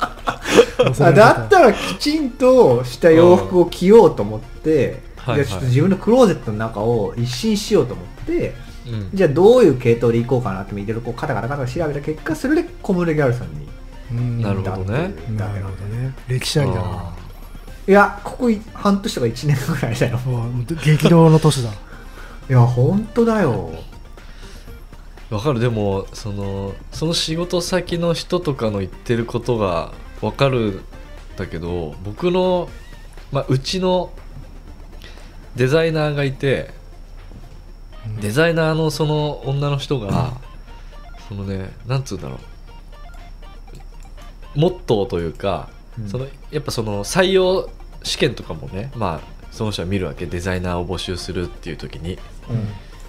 あだったらきちんとした洋服を着ようと思って、うんはいはいじゃあちょっと自分のクローゼットの中を一新しようと思ってうんじゃあどういう系統でいこうかなっていろいろこうカタカタカタ調べた結果それでコムレギャルソンにうんなるほどねなるほどね歴史ありだなあいやここい半年とか1年ぐらいだようわ激動の年だいや本当だよーわかるでもそのその仕事先の人とかの言ってることがわかるんだけど僕の、まあ、うちのデザイナーがいてデザイナーのその女の人が、そのねなんつうんだろうモットーというか、うんそのやっぱその採用試験とかもねまあその人は見るわけデザイナーを募集するっていう時にう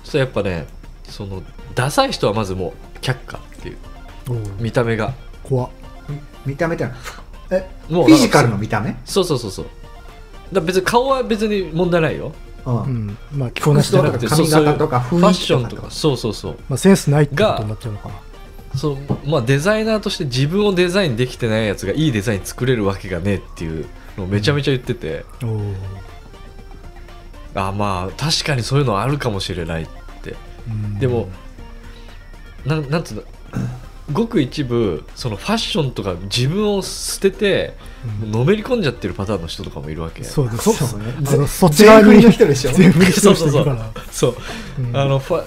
そしたらやっぱねそのダサい人はまずもう却下っていう おう見た目が怖っん見た目ってのはえフもうィジカルの見た目そうそうそうそうだから別に顔は別に問題ないようんうんまあ着こなしじてゃななくくて、て髪そうそうい型うとかフ雰ァッ囲気ショとンかととかかそうそうそうまあ、センスないってことになっちゃうのかそうまあデザイナーとして自分をデザインできてないやつがいいデザイン作れるわけがねえっていうのをめちゃめちゃ言ってて、おうあまあ確かにそういうのはあるかもしれないってうんでもなんなんつうのごく一部そのファッションとか自分を捨ててうんのめり込んじゃってるパターンの人とかもいるわけそうですそうそねあのぜそっち側に全振りの人でしょ全振りしてる人いるからそううんあのファ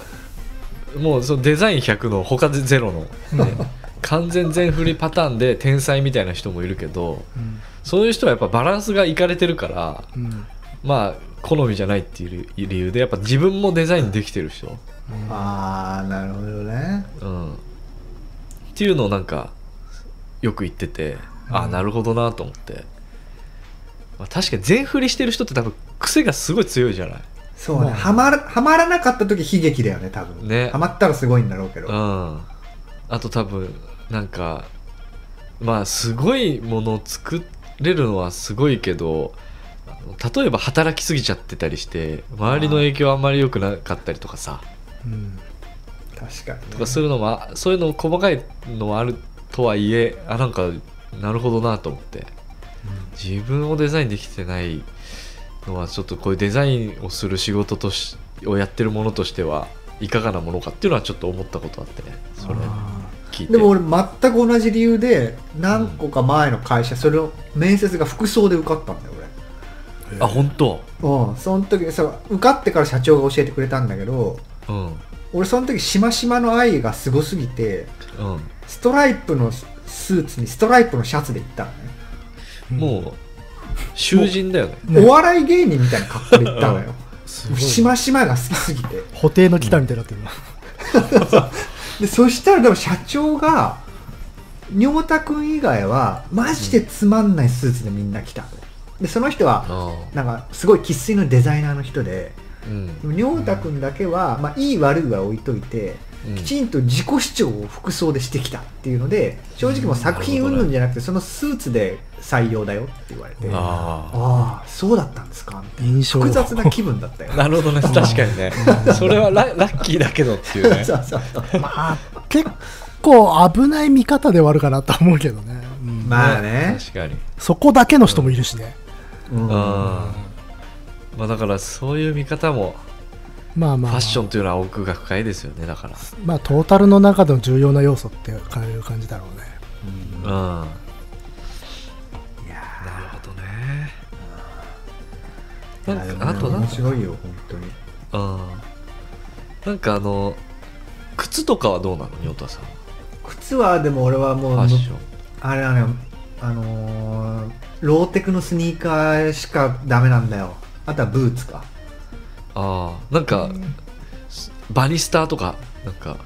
もうそのデザイン100の他ゼロの、ね、完全全振りパターンで天才みたいな人もいるけどうんそういう人はやっぱバランスがいかれてるからうんまあ好みじゃないっていう理由でやっぱ自分もデザインできてる人、ああなるほどねうん、っていうのをなんかよく言っててああなるほどなと思って、まあ、確かに全振りしてる人って多分癖がすごい強いじゃない、そうまねあはまらはまらなかった時悲劇だよね多分ねはまったらすごいんだろうけどうん、あと多分なんかまあすごいものを作れるのはすごいけどあの例えば働きすぎちゃってたりして周りの影響あんまり良くなかったりとかさうん確かにねとかするのもあそういうの細かいのはあるとはいえあなんかなるほどなと思って自分をデザインできてないのはちょっとこういうデザインをする仕事としをやってるものとしてはいかがなものかっていうのはちょっと思ったことあってねそれあ聞いーてでも俺全く同じ理由で何個か前の会社それを面接が服装で受かったんだよ俺あ本当うん、その時そう受かってから社長が教えてくれたんだけどうん俺その時しましまの愛がすごすぎてストライプのススーツにストライプのシャツで行ったのね、うんもう囚人だよねねお笑い芸人みたいな格好で行ったのよすごいしましまが好きすぎて布袋の北みたいになってるなでそしたらでも社長が尿太くん以外はマジでつまんないスーツでみんな来たのでその人はあなんかすごい生粋のデザイナーの人であうんでも尿太くんだけは、まあ、いい悪いは置いといてうんきちんと自己主張を服装でしてきたっていうので正直もう作品うん云々じゃなくてそのスーツで採用だよって言われてあああそうだったんですかみたい印象な複雑な気分だったよあ なるほどね確かにねそれはララッキーだけどっていうねそうそうそうまあ結構危ない見方ではあるかなとは思うけどね、うんまあね、確かにそこだけの人もいるしね、うんあまあだからそういう見方もまあフまあァッションというのは奥が深いですよねだからまあトータルの中での重要な要素っていう感じだろうねうんないやるほどねーなんかあとなん面か白いよ本う当にんなんかあの靴とかはどうなのにおとさんは靴はでも俺はもフうァッションあれはねあのーローテクのスニーカーしかダメなんだよあとはブーツかああなんかすバニスターとかなんか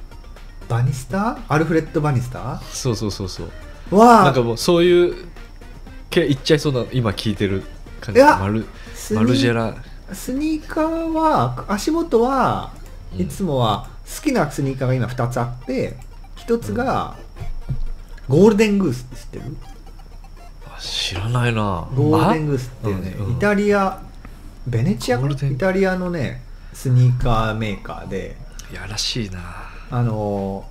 バニスタアルフレッド・バニスタそうそうそうそうはなんかもうそういう系いっちゃいそうな今聞いてる感じいやマルスニマルジェラスニーカーは足元はうんいつもは好きなスニーカーが今2つあって1つがゴールデングースって知ってるあ知らないなゴールデンあグースっていうねうんイタリアベネチアかゴーなルデンイタリアのねスニーカーメーカーでやらしいなあの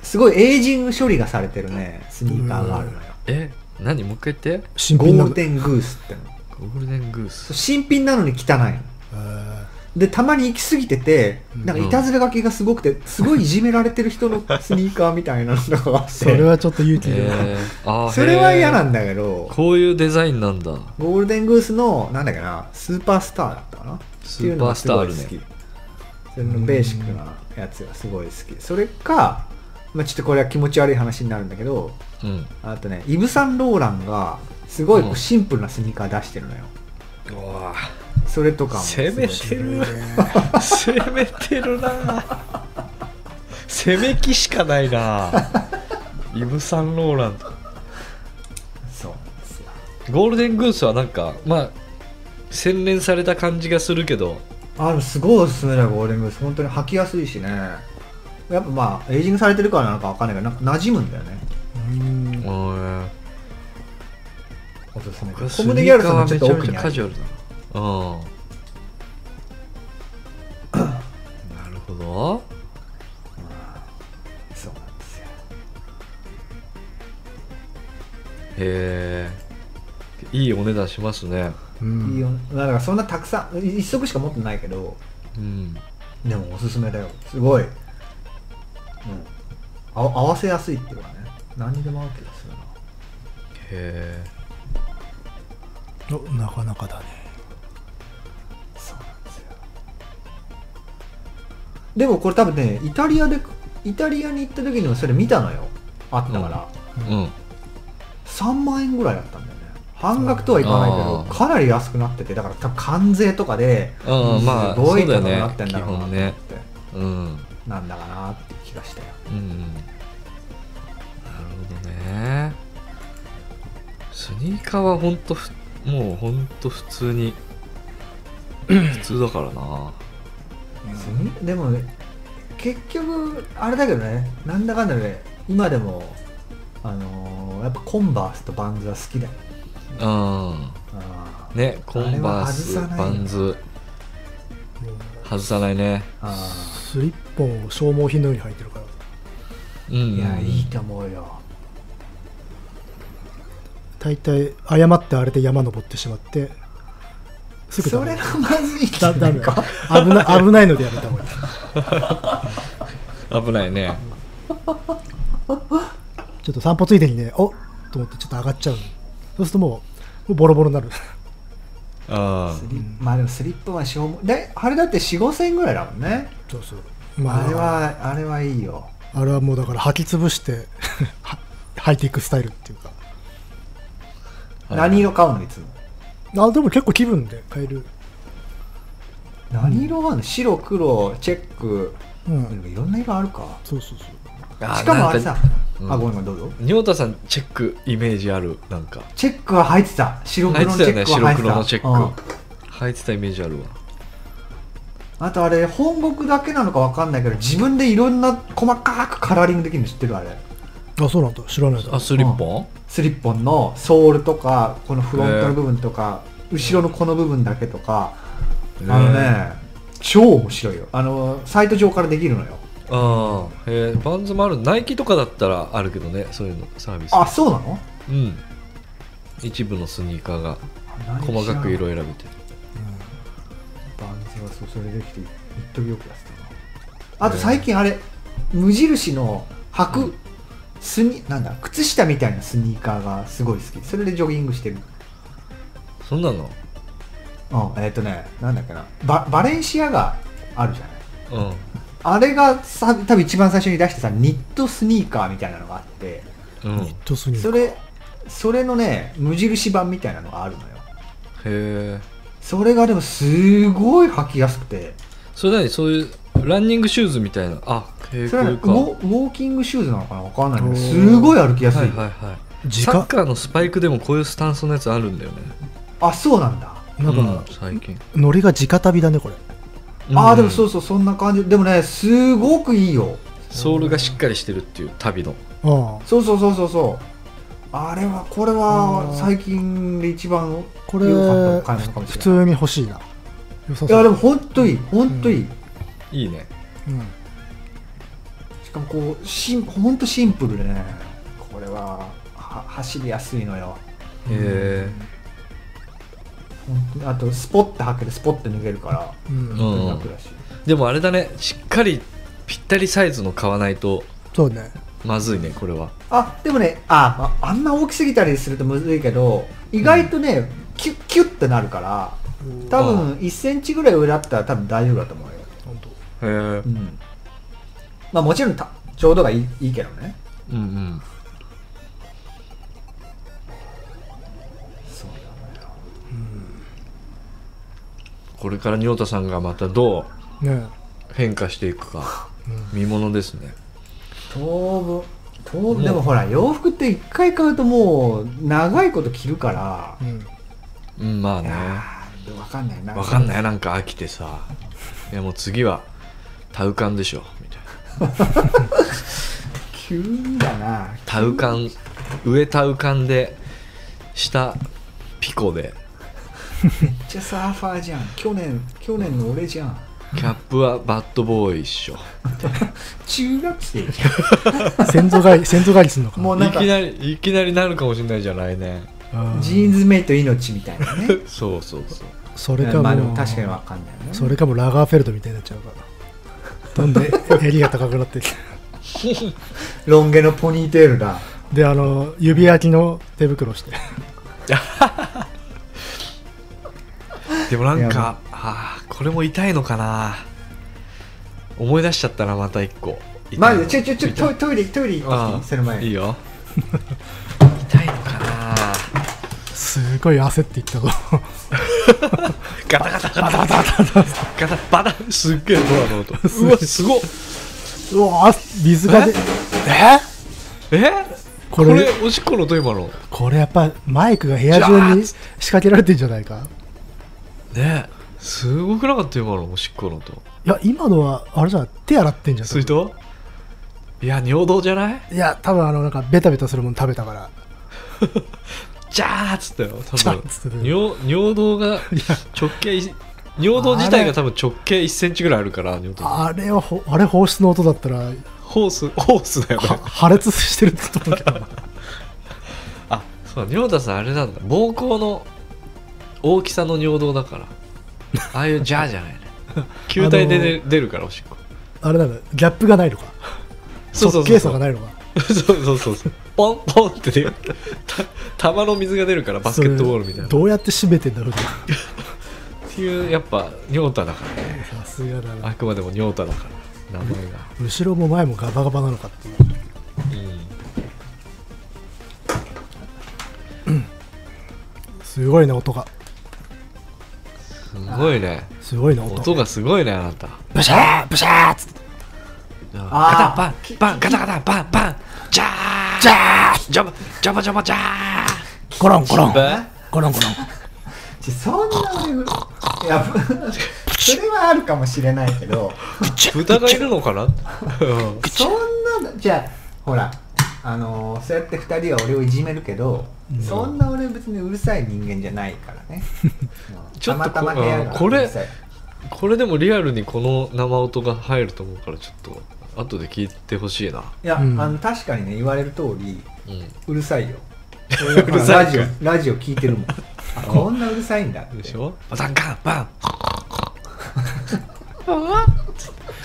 ーすごいエイジング処理がされてるねスニーカーがあるのよえ何もう一回言って新ゴ品なーのルデングースってのゴールデングース新品なのに汚いのえーでたまに行き過ぎててなんかいたずら書きがすごくてすごいいじめられてる人のスニーカーみたいなのがあってそれはちょっと勇気いるな、えー、あーそれは嫌なへんだけどーこういうデザインなんだゴールデングースのなんだっけなスーパースターだったかなスーパースターあるねっていうのがすごい好きそれのベーシックなやつがすごい好きそれか、まあ、ちょっとこれは気持ち悪い話になるんだけどうんあとねイブ・サンローランがすごいこうんうシンプルなスニーカー出してるのよ、うわそれとかも攻めてる面白いね攻めてるな攻めきしかないなイブ・サンローランそうなんですよゴールデングースはなんかまあ洗練された感じがするけどあでもすごいおすすめだよゴールデングース本当に履きやすいしねやっぱまあエイジングされてるからなのかわかんないけどなんか馴染むんだよねうんうんおすすめ僕はコムデギャルさんのちょっとスニーカーはめ奥ちゃめにちゃあカるジュアルだなうんなるほどそうなんですよへえいいお値段しますねうんいいよだからそんなたくさんい一足しか持ってないけどうんでもおすすめだよすごい、うん、あ合わせやすいっていうかね何にでも合う気がするなへえおなかなかだねそうなんですよでもこれ多分ねイタリアでイタリアに行った時にもそれ見たのよあったから、うん3万円ぐらいだったんだよね半額とはいかないけあどーかなり安くなっててだから多分関税とかでああまあすごいそうだこよとにねなってんだろうなと思って、基うんうんなんだかなって気がしたようんなるほどねスニーカーはほんとふもうほんと普通に普通だからな別にでもね結局あれだけどねなんだかんだで今でもあのーやっぱコンバースとバンズは好きだようんあーねコンバースあれは外さないバンズもう外さないねあスリッポンを消耗品のように履いてるからうんーいやいいと思うよ大体誤ってあれで山登ってしまってすぐダそメれがまずいんじだゃなダいメか危ない危ないのでやめた方がいい危ないねちょっと散歩ついでにねおっと思ってちょっと上がっちゃうそうするともうもうボロボロになるあスリッまあでもスリップは消耗であれだって4 5千円ぐらいだもんねそうそうあまれあはあれはいいよあれはもうだから履き潰して は履いていくスタイルっていうかあ何色買うのいつもあでも結構気分で買える何色はね白黒チェックうん、でもいろんな色あるかそうそうそうあしかもあれなんさかうんあごめんごめんどうぞ仁太さんチェックイメージあるなんかチェックは入ってた白黒入っのてチたェよッねク白は入ってた黒のチェうんック入ってたイメージあるわあとあれ本国だけなのかわかんないけど自分でいろんな細かくカラーリングできるの知ってるあれあそうなんだ知らないだあスリッポンスリッポンのソールとかこのフロントの部分とか、後ろのこの部分だけとか、あのね超面白いよあのサイト上からできるのよああへえバンズもあるナイキとかだったらあるけどねそういうのサービスあそうなのうん一部のスニーカーが細かく色選べてるバンズはそうそれできて一時よくやってたなあと最近あれ無印の履くスニなんだ靴下みたいなスニーカーがすごい好きそれでジョギングしてるそんなのうん、えっ、とね、なんだっけな、ババレンシアがあるじゃない。うんあれがさ多分一番最初に出してたニットスニーカーみたいなのがあって、うんニットスニーカそーれ、それのね、無印版みたいなのがあるのよ。へえそれがでもすごい履きやすくて、それ何そういうランニングシューズみたいなあへえそこういれは、ね、うウかォウォーキングシューズなのかなわかんないけおど、ーすごい歩きやすい。はいはいはい時サッ間カーのスパイクでもこういうスタンスのやつあるんだよねあ、そうなんだ。なんうかん、最近ノリが直旅だねこれああ、でもそううそう、そんな感じ。でもね、すごくいいよ。ソールがしっかりしてるっていう旅のああそうそうそうそうそう。あれは、これは最近で一番これ良かった買い物かもしれない普通に欲しいな良さいやそうでも本当いい本当いい、いいねうんしかもこうシン本当シンプルでねこれはは走りやすいのよへえあとスポッて履けてスポッて脱げるからうんうん楽だし、でもあれだねしっかりぴったりサイズの買わないとそうねまずいねこれはあでもねあああんな大きすぎたりするとむずいけど意外とね、キュッキュッてなるから多分1センチぐらい上だったら多分大丈夫だと思うよ、本当へえうんうん、まあもちろんたちょうどがいいいいけどねうんそうこれから仁太さんがまたどねう変化していくかう見ものですね当分当もう分でもほら洋服って一回買うともう長いこと着るからんうんうんまあいねやーわかんないなわかんいないなんか飽きてさいやもう次はタウカンでしょみたいな急にだなタウカン上タウカンで下ピコでめっちゃサーファーじゃん去年去年の俺じゃんキャップはバッドボーイ一緒中学生じゃ先祖返り先祖返りするの かんなもういなんかきなりいきなりなるかもしれないじゃないねうんジーンズメイト命みたいなねそうそうそうそれかもう、まあでも確かにわかんないよねそれかもうラガーフェルドみたいになっちゃうからどんどん 襟が高くなってロン毛のポニーテールだであの指焼きの手袋してでもないんやまかあーこれも痛いのかな思い出しちゃったなまた一個マジでちょちょちょ痛いトイトイレトイレ行ってあきーてその前いいによ痛いのかなすごい焦っていったぞガタガタガタガタガタバタすっげえドアの音うわすごっうわ水がでええここれれこれおしっこの音今のやっぱマイクが部屋中に仕掛けられてんじゃないかねすごくなかった今のおしっこの音いや今のはあれじゃん手洗ってんじゃん多分水筒いや尿道じゃないいや多分あのなんかベタベタするもの食べたからジャーっつったよ多ジャー分っつってる尿尿道が直径い尿道自体が多分直径1センチぐらいあるから尿道あれはほあれ放出の音だったらホースホースだよねは破裂してるって思うけ どなあそうだ尿道さんあれなんだ膀胱の大きさの尿道だ からああいうジャーじゃないね球体で出出るからおしっこあれなんだギャップがないのかそうそうそう直径そ差がうないのかそうそうそうそうポンポンって出るた玉の水が出るからバスケットボールみたいなそれどうやって締めてんだろうじゃっていうやっぱ尿太だからねんさすがだあなくまでも尿太だから名前が後ろも前もガバガバなのかっていうすごいな音がすごいねすごいな音音がすごいねあなたブシャーブシャーっつってガタあバンバンガタガタバンバンジャージャージャバジャバジャバジャゴロンゴロンーえゴロンゴロンちそんないや それはあるかもしれないけど豚がいるのかなうんそんなのじゃあほらあのーそうやって2人は俺をいじめるけど、そんな俺別にうるさい人間じゃないから ねうんちょたっとまこたま部屋がうんこれうるさいこれでもリアルにこの生音が入ると思うからちょっと後で聞いてほしいないや、うんあの確かにね言われる通りうんうるさいよ うるさいラジオラジオ聞いてるも んあこんなうるさいんだってでしょバタンカンバン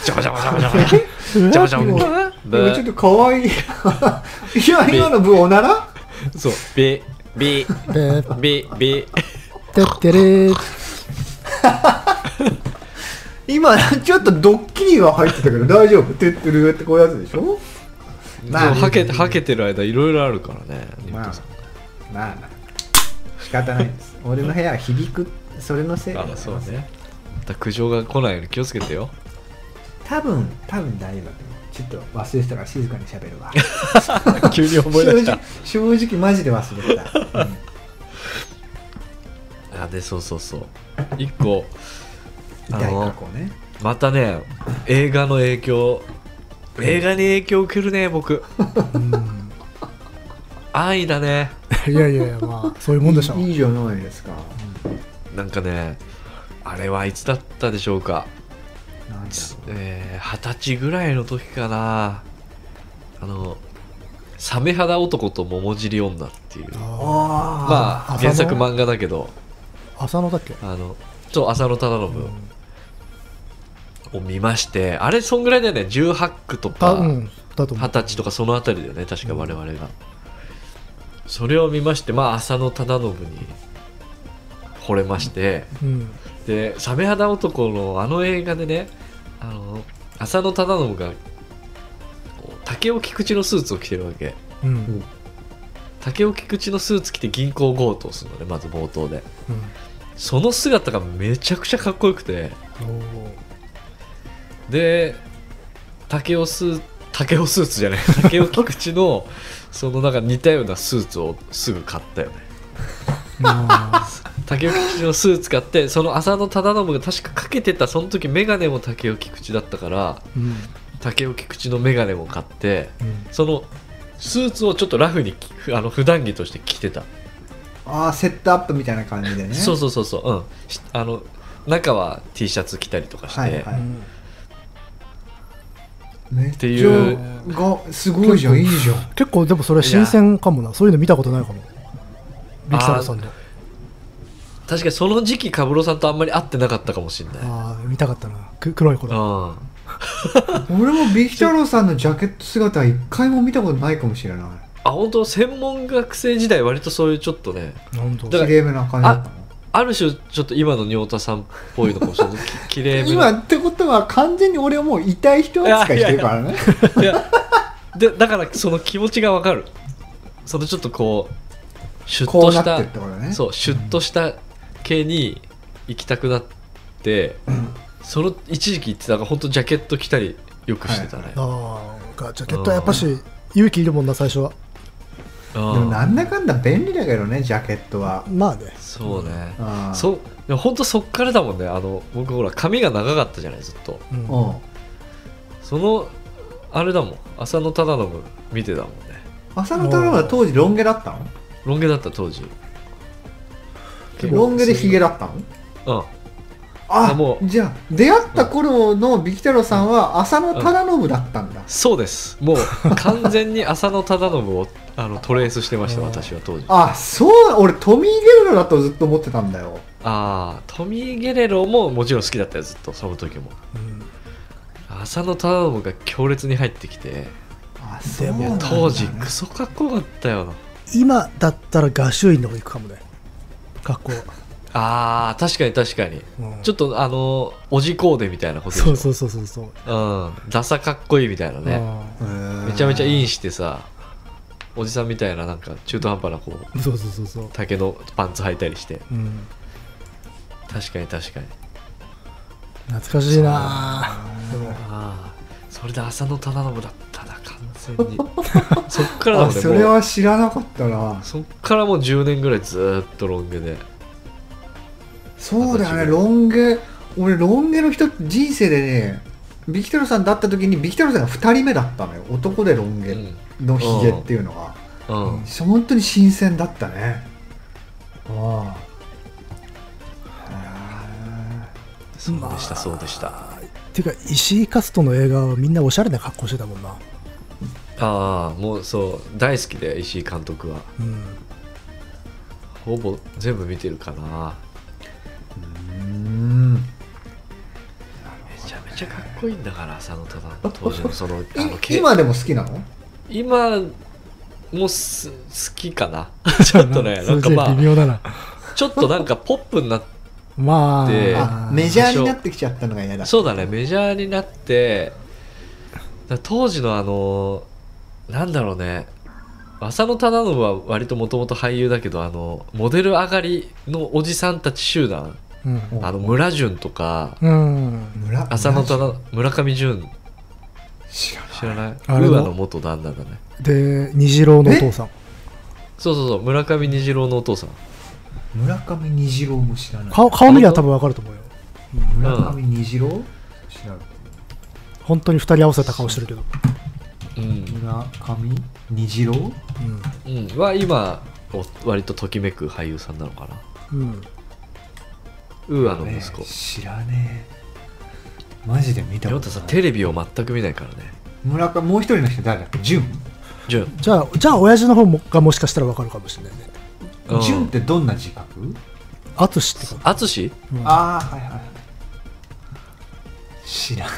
ジャバジャバジャバジャバジャバジャバジャバでもちょっと可愛い いや今の部おならそうビビでビビてってれー今ちょっとドッキリが入ってたけど大丈夫てってるってこういうやつでしょまあそうはけてはけてる間いろいろあるからねニッまトあさん、まあまあ仕方ない です俺の部屋は響くそれのせいでございあますそうねまた苦情が来ないように気をつけてよ多分多分大丈夫だと思うちょっと忘れてたから静かに喋るわ 急に思い出した正直正直マジで忘れてた、うんあでそうそうそう一個あ痛い過の去ねまたね映画の影響映画に影響を受けるね僕うん愛だねいやいやいやまあそういうもんでしょいいいじゃないですか、なんかねあれはいつだったでしょうかなんだつえー二十歳ぐらいの時かなあの「サメ肌男と桃尻女」っていうろうあーまああ原作浅野漫画だけど浅野だっけあのそう浅野忠う信んを見ましてあれそんぐらいだよね18区とたかうんだと思二う十歳とかその辺りだよね確か我々が、それを見ましてまあ浅野忠信に惚れまして、うんで「サメ肌男」のあの映画でねあの浅野忠信がこう竹尾菊池のスーツを着てるわけうん竹尾菊池のスーツ着て銀行強盗するのねまず冒頭でうんその姿がめちゃくちゃかっこよくておで竹尾スー竹尾スーツじゃない 竹尾菊池のそのなんか似たようなスーツをすぐ買ったよねーまあ竹尾菊池のスーツ買ってその浅野忠信が確かかけてたその時眼鏡も竹尾菊池だったからうんうん竹尾菊池の眼鏡も買ってそのスーツをちょっとラフにきふあの普段着として着てた、ああセットアップみたいな感じでねそうそうそうそううんしあの中は T シャツ着たりとかして、はいはうんめっっていうがすごいじゃんいいじゃん結構でもそれ新鮮かもなそういうの見たことないかもビクサロさんの確かにその時期カブロさんとあんまり会ってなかったかもしれないああ見たかったなく黒い子だあ俺もビキ太郎さんのジャケット姿は一回も見たことないかもしれないあ本当専門学生時代割とそういうちょっとね本当だからきれいめな感じだったなある種ちょっと今の仁太さんっぽいのかもしれ ないききれいめ今なってことは完全に俺はもう痛い人扱いしてるからねいやでだからその気持ちがわかるそのちょっとこうシュッことうなしったてるってことねそうシュッとした系に行きたくなって、その一時期ってだから本当ジャケット着たりよくしてたね、ああがジャケットはやっぱし勇気いるもんな最初はうんでもなんだかんだ便利だけどねジャケットはまあねそうね、うんそうでも本当そっからだもんねあの僕ほら髪が長かったじゃないずっとうんうんそのあれだもん浅野忠信見てたもんね浅野太郎は当時ロン毛だったのロン毛だった当時でもロン毛でヒゲだったのうんああもうじゃあ出会った頃のビキ太郎さんは浅野忠信だったんだ、そうですもう完全に浅野忠信を あのトレースしてました私は当時ああそう俺トミー・ゲルロだとずっと思ってたんだよあートミー・ゲレロももちろん好きだったよずっとその時もうん浅野忠信が強烈に入ってきてあそうでいもやなんだね当時クソかっこよかったよな今だったら合衆院の方行くかもね学校は、あー確かに確かにうんちょっとあのおじコーデみたいなことでしょそうそうそうそうそう、うん、ダサかっこいいみたいなね、へうーめちゃめちゃインしてさおじさんみたいななんか中途半端なこうんそうそうそうそう竹のパンツ履いたりしてうん確かに確かに懐かしいなぁでもああそれで浅野忠信だったな完全 にそっからだあもんねそれもうは知らなかったなそっからもう10年ぐらいずーっとロン毛でそうだよね私ロン毛俺ロン毛の人人生でねビキ太郎さんだった時にビキ太郎さんが2人目だったのよ男でロン毛のヒゲっていうのが、うん、うん本当に新鮮だったねああそうでしたそうでしたあていうか石井和人の映画はみんなおしゃれな格好してたもんなあもうそう大好きで石井監督はうんほぼ全部見てるかなうんめちゃめちゃかっこいいんだから浅野忠信当時のそのあのい今でも好きなの今もす好きかなちょっとね なんかまそれあ微妙だなちょっとなんかポップになっまでああメジャ多ー少になってきちゃったのが嫌だそうだねメジャーになってだ当時のあのなんだろうね浅野忠信は割ともともと俳優だけどあのモデル上がりのおじさんたち集団うんうんあの村淳とかうん村浅野忠村上淳知らない知らないウあれもーアの元旦那だねで虹郎のお父さんそうそうそう村上虹郎のお父さん村上虹郎も知らない顔顔見りゃ多分わかると思うよ村上虹郎知らない本当に二人合わせた顔してるけど、うん村上虹郎うんうん、は今お割とときめく俳優さんなのかなうん、ウーアの息子ね知らねえマジで見たヨこンタとさんないテレビを全く見ないからね村上もう一人の人誰だっけ潤潤じゃあじゃあ親父の方もがもしかしたらわかるかもしれないねうん潤ってどんな字書く淳ってこと淳ああはいはい知らね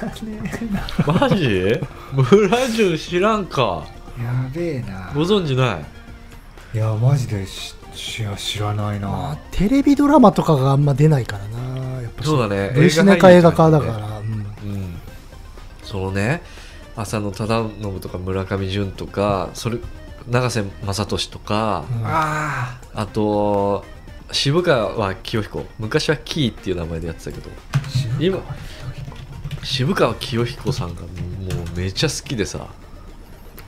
えなマジ 村中知らんかやべえなご存知ないいやマジでし知ら知らないまあなテレビドラマとかがあんま出ないからなやっぱそうだね V シネか映画化だか映画ら、うんうんそのね浅野忠信とか村上純とかそれ永瀬正敏とか、うんああと渋川清彦昔はキーっていう名前でやってたけどあ今渋川清彦さんがもうめちゃ好きでさ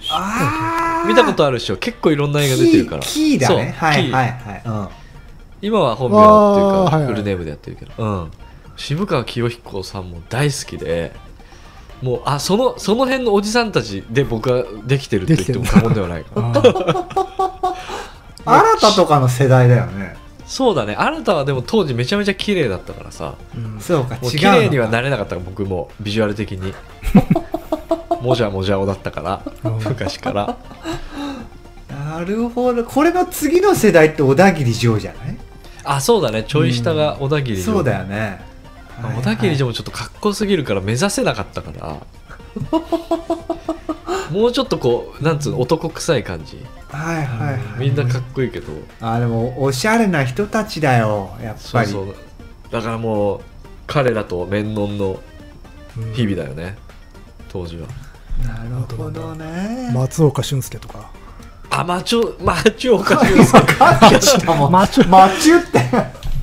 ああ見たことあるでしょ結構いろんな映画出てるからキーキーだねそうはいキーはいは今は本名っていうあーか、はいはいフルネームでやってるけど、うん、渋川清彦さんも大好きでもうあそのその辺のおじさんたちで僕はできてるって言ってもでき過言ではないか ないうん新たとかの世代だよねそうだねあなたはでも当時めちゃめちゃ綺麗だったからさうんそうかもう違綺う麗にはななれなかったから僕もビジュアル的にもじゃもじゃおだったからうん昔からなるほどこれの次の世代って小田切城じゃないあそうだねちょい下が小田切城、そうだよねまあ小田切城城もちょっとかっこすぎるから目指せなかった からもうちょっとこうなんつうの男臭い感じはいはいはいみんなかっこいいけど、あでもおしゃれな人たちだよやっそぱうりそうだからもう彼らと面倒の日々だよね、当時はなるほどね松岡俊介とかあ松松岡俊今介カ ッチ したもんマチュって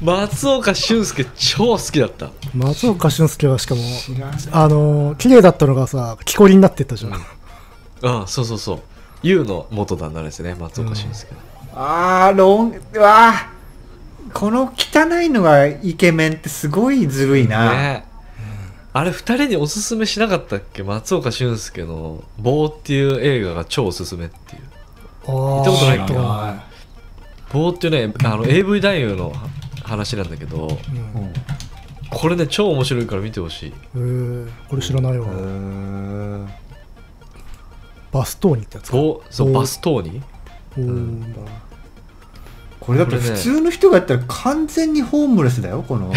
松岡俊介超好きだった松岡俊介はしかも知らんあのー綺麗だったのがさ木こりになってったじゃん、うんそうそうそう YOU の元旦那ですね松岡俊介、あーロンうわーこの汚いのがイケメンってすごいずるいな、ねあれ二人におすすめしなかったっけ松岡俊介の「棒」っていう映画が超おすすめっていう行見たことないけ知らどな棒っていうねあの AV 男優の話なんだけどいうんこれね超面白いから見てほしいうん、えーこれ知らないわ、うーんバストーニってやつか棒そう棒バストーニおーんこれだって普通の人がやったら完全にホームレスだよこの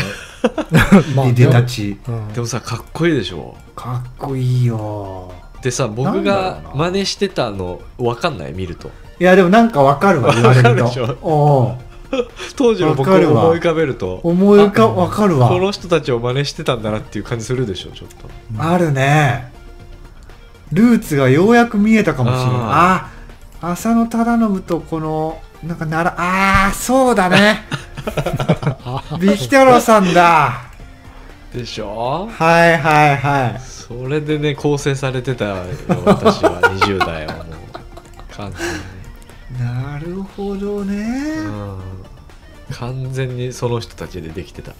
まあいでたちうんでもさかっこいいでしょかっこいいよでさな僕んだろうがな真似してたの分かんない見るといやでもなんかわかるわ言われ わるかるとでしょおう当時の僕をわかるわ思い浮かべると思い浮かわかるわこの人たちを真似してたんだなっていう感じするでしょちょっとあるねルーツがようやく見えたかもしれないああ浅野忠信とこのなんかならああそうだね ビキタロさんだでしょはいはいはいそれでね構成されてたよ私 は20代はもう完全なるほどね、に、うん、完全にその人たちでできてた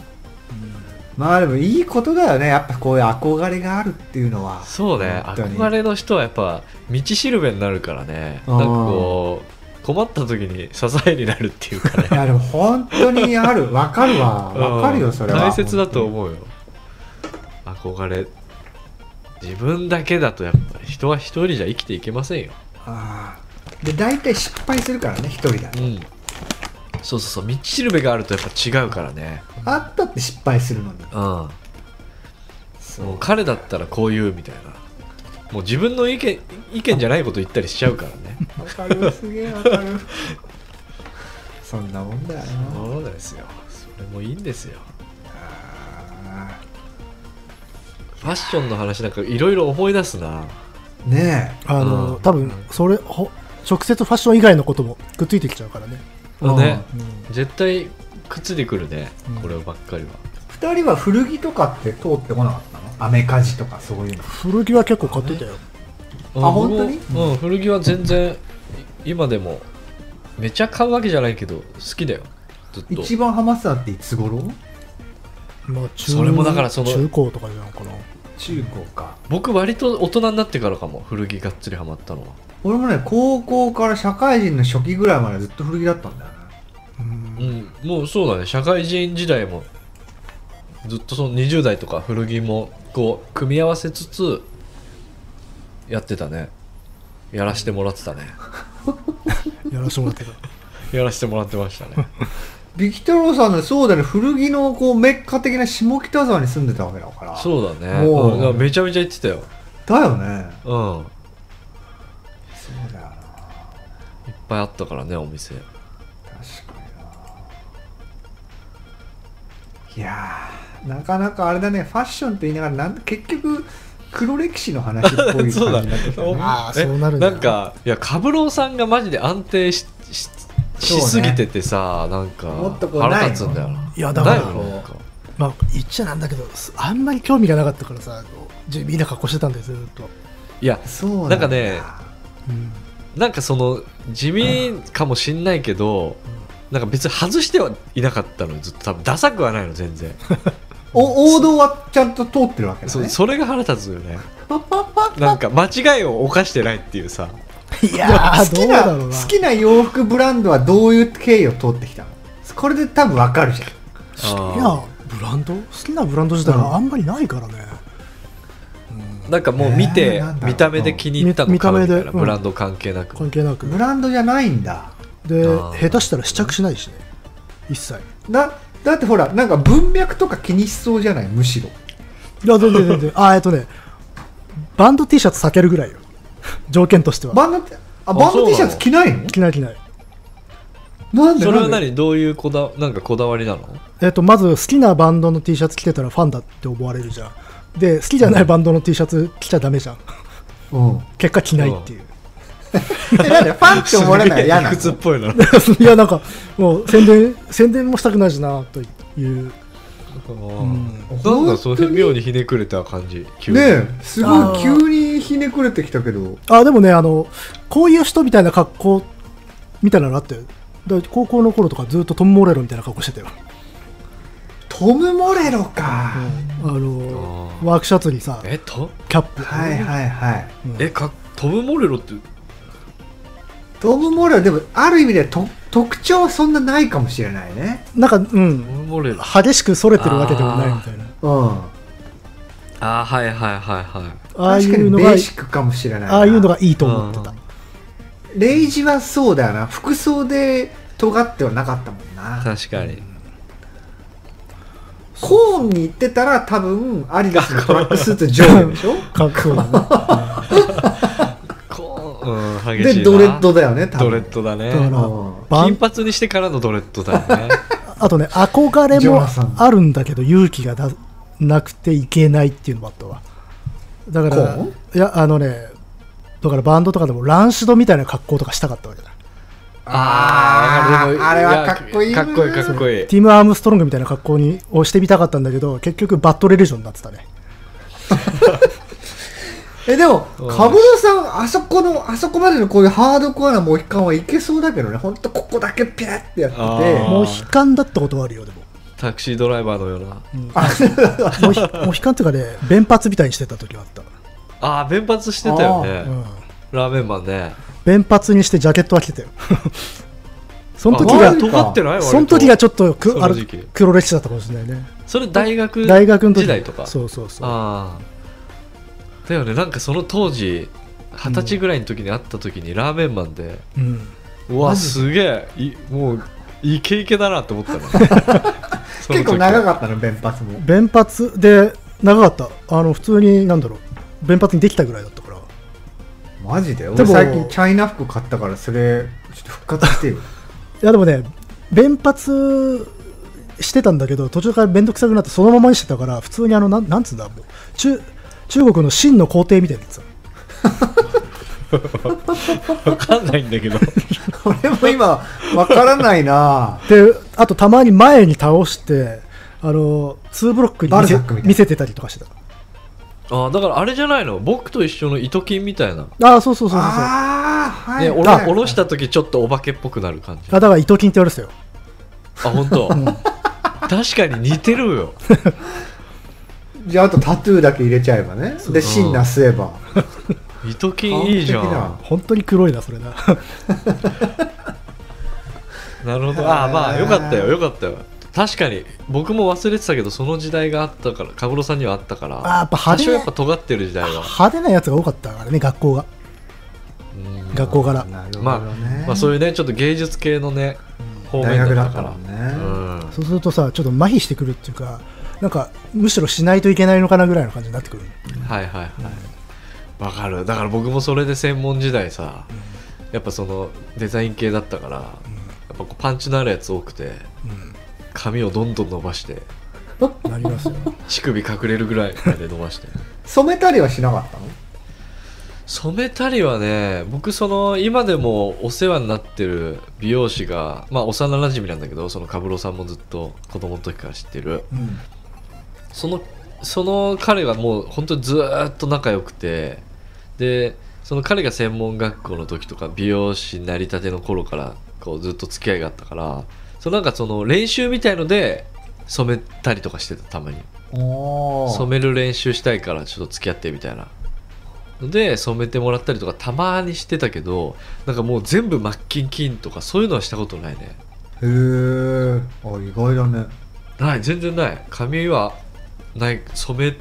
まあでもいいことだよねやっぱこういう憧れがあるっていうのはそうね本当に憧れの人はやっぱ道しるべになるからねあなーんかこう困った時に支えになるっていうかねいやでも本当にあるわかるわ わかるうよんそれは大切だと思うよ憧れ自分だけだとやっぱり人は一人じゃ生きていけませんよああで大体失敗するからね一人だとうんそうそうそう道しるべがあるとやっぱ違うからねあったって失敗するのにうんそもう彼だったらこう言うみたいなもう自分の意見意見じゃないこと言ったりしちゃうからねわかるすげえわか るそんなもんだよなそうですよそれもいいんですよあファッションの話なんかいろいろ思い出すなーねあのうん多分それほ直接ファッション以外のこともくっついてきちゃうからね、うんねうん絶対くっついてくるねうんこればっかりはえ2人は古着とかって通ってこなかったのアメカジとかそういうの古着は結構買ってたようん本当に僕もうん古着は全然い今でもめちゃ買うわけじゃないけど好きだよずっと一番ハマってたっていつ頃まあ中それもだからその中高とかじゃんかな中高か僕割と大人になってからかも古着がっつりハマったのは俺もね高校から社会人の初期ぐらいまでずっと古着だったんだよねうんうん、もうそうだね社会人時代もずっとその20代とか古着もこう組み合わせつつやってたねや らしてもらってたねやらせてもらってたやらしてもらってましたねビキタロウさんのそうだね古着のこうメッカ的な下北沢に住んでたわけだからそうだねもううんだからめちゃめちゃ言ってたよだよねうんそうだよないっぱいあったからねお店確かにないやーなかなかあれだねファッションと言いながらなん結局黒歴史の話っぽい感 じそうだになってきたねああえそうなるんだなんかいやカブローさんがマジで安定しししすぎててさ、なんかもっとこう腹立つんだよないいやだからないよなんかまあ言っちゃなんだけどすあんまり興味がなかったからさこう地味な格好してたんですよずっと、いやそうだなんかねうんなんかその地味かもしんないけど、なんか別に外してはいなかったのよずっと多分ダサくはないの全然、 お王道はちゃんと通ってるわけだそねそれが腹立つよ ねなんか間違いを犯してないっていうさいや好ーどきうだなろうな好きな洋服ブランドはどういう経緯を通ってきたのこれで多分わかるじゃん好きなブランド好きなブランド自体うんはあんまりないからね、なんかもう見て、えーなんだ見た目で気に入ったの見買うみたい見なた目でうんブランド関係なく、関係なくブランドじゃないんだであー下手したら試着しないしね一切だだってほらなんか文脈とか気にしそうじゃないむしろいや全然全然あーえっとねバンド T シャツ避けるぐらいよ条件としてはバンドってあバンド T シャツ着ないの着ない着ないなんでそれはなんで何どういうこだなんかこだわりなのえっとまず好きなバンドの T シャツ着てたらファンだって思われるじゃんで好きじゃないバンドの T シャツ着ちゃダメじゃんうん結果着ないっていうえなんでファンって思われない嫌なの靴っ ぽいない やなんかもう宣伝宣伝もしたくないしなという、うんなんかその辺妙にひねくれた感じ急にねえすあごいー急にひねくれてきたけどあでもねあのこういう人みたいな格好みたいなのあって高校の頃とかずっとトム・モレロみたいな格好してたよ、トム・モレロか、あのあーワークシャツにさえとキャップ、はいはいはいうんえかトム・モレロってトム・モレロでもある意味ではと特徴はそんなないかもしれないねなんかうんトム・モレロ激しくそれてるわけでもないみたいなうんあーはいはいはいはああい確かうにのベがーシックかもしれないなああいうのがいいと思ってたレイジはそうだよな服装で尖ってはなかったもんいな確かにコーンに行ってたら多分アリダスのトラックスーツ上下でしょかそうだ ねこう、うん、 激しいなでドレッドだよね多分ドレッドだねだからうんバ金ン髪にしてからのドレッドだよねあとね憧れジョもナサンあるんだけど勇気がだなくていけないっていうのもあったわだかコらーンいやあのねだからバンドとかでもランシドみたいな格好とかしたかったわけだ あーわかるでもあれはかっこいいやかっこいいかっこいいティム・アームストロングみたいな格好にをしてみたかったんだけど結局バッドレレジョンになってたねえでもうんカブロさんあそこのあそこまでのこういうハードコアなモヒカンはいけそうだけどねほんとここだけピュッてやっててあーもう悲観だったことはあるよでもタクシードライバーのような もうひもう悲観っていうかね弁髪みたいにしてた時はあった、ああ弁髪してたようねん、ラーメンマンね弁髪にしてジャケットは着 てたよその時あが割と尖ってない割とその時がちょっとそくのあの時期黒歴史だったかもしれないねそれ大学大学の時時代とかそうそうそうああだよねなんかその当時二十歳ぐらいの時に会った時にラーメンマンで、うんうわすげえいもうイケイケだなって思 ったの結結構長っかったの弁髪も弁髪で長かったあの普通になんだろう弁髪にできたぐらいだったからマジでで俺も最近チャイナ服買ったからそれちょっと復 活してよいやでもね弁髪してたんだけど途中から面倒くさくなってそのままにしてたから普通にあのなんなんつうんだもう中中国の秦の皇帝みたいなやつた分かんないんだけど俺も今わからない なであとたまに前に倒してあの2ブロックに見バルザせックみたいな見せてたりとかしてた ああだからあれじゃないの僕と一緒の糸金みたいな、ああそうそうそうそうそうあああはいね、おろはいおろした時ちょっとお化けっぽくなる感じだから糸金って言われてたよあ本当。確かに似てるよじゃああとタトゥーだけ入れちゃえばねで芯なすえば糸金いいじゃ完ん本当に黒いなそれななるほへどーああまあよかったよよかったよ確かに僕も忘れてたけどその時代があったからかぶろさんにはあったからあーやっ多ぱ派手少やっぱ尖ってる時代は派手なやつが多かったからね学校がうん学校からなるほどねまあ、まあそういうねちょっと芸術系のね方大面学だだっったたもかんら、ねうんそうするとさちょっと麻痺してくるっていうかなんかむしろしないといけないのかなぐらいの感じになってくるはいはいはいわかるだから僕もそれで専門時代さやっぱそのデザイン系だったからやっぱこうパンチのあるやつ多くてうん、髪をどんどん伸ばしてうん、なりますよ 乳首隠れるぐらいまで伸ばして 染めたりはしなかったの染めたりはね僕その今でもお世話になってる美容師がまあ幼なじみなんだけどそのカブロさんもずっと子供の時から知ってるうんそのその彼はもう本当にずーっと仲良くてでその彼が専門学校の時とか美容師になりたての頃からこうずっと付き合いがあったからそのなんかその練習みたいので染めたりとかしてたたまにおー染める練習したいからちょっと付き合ってみたいなので染めてもらったりとかたまにしてたけどなんかもう全部マッキンキンとかそういうのはしたことないねへえあ意外だねない全然ない髪はない染め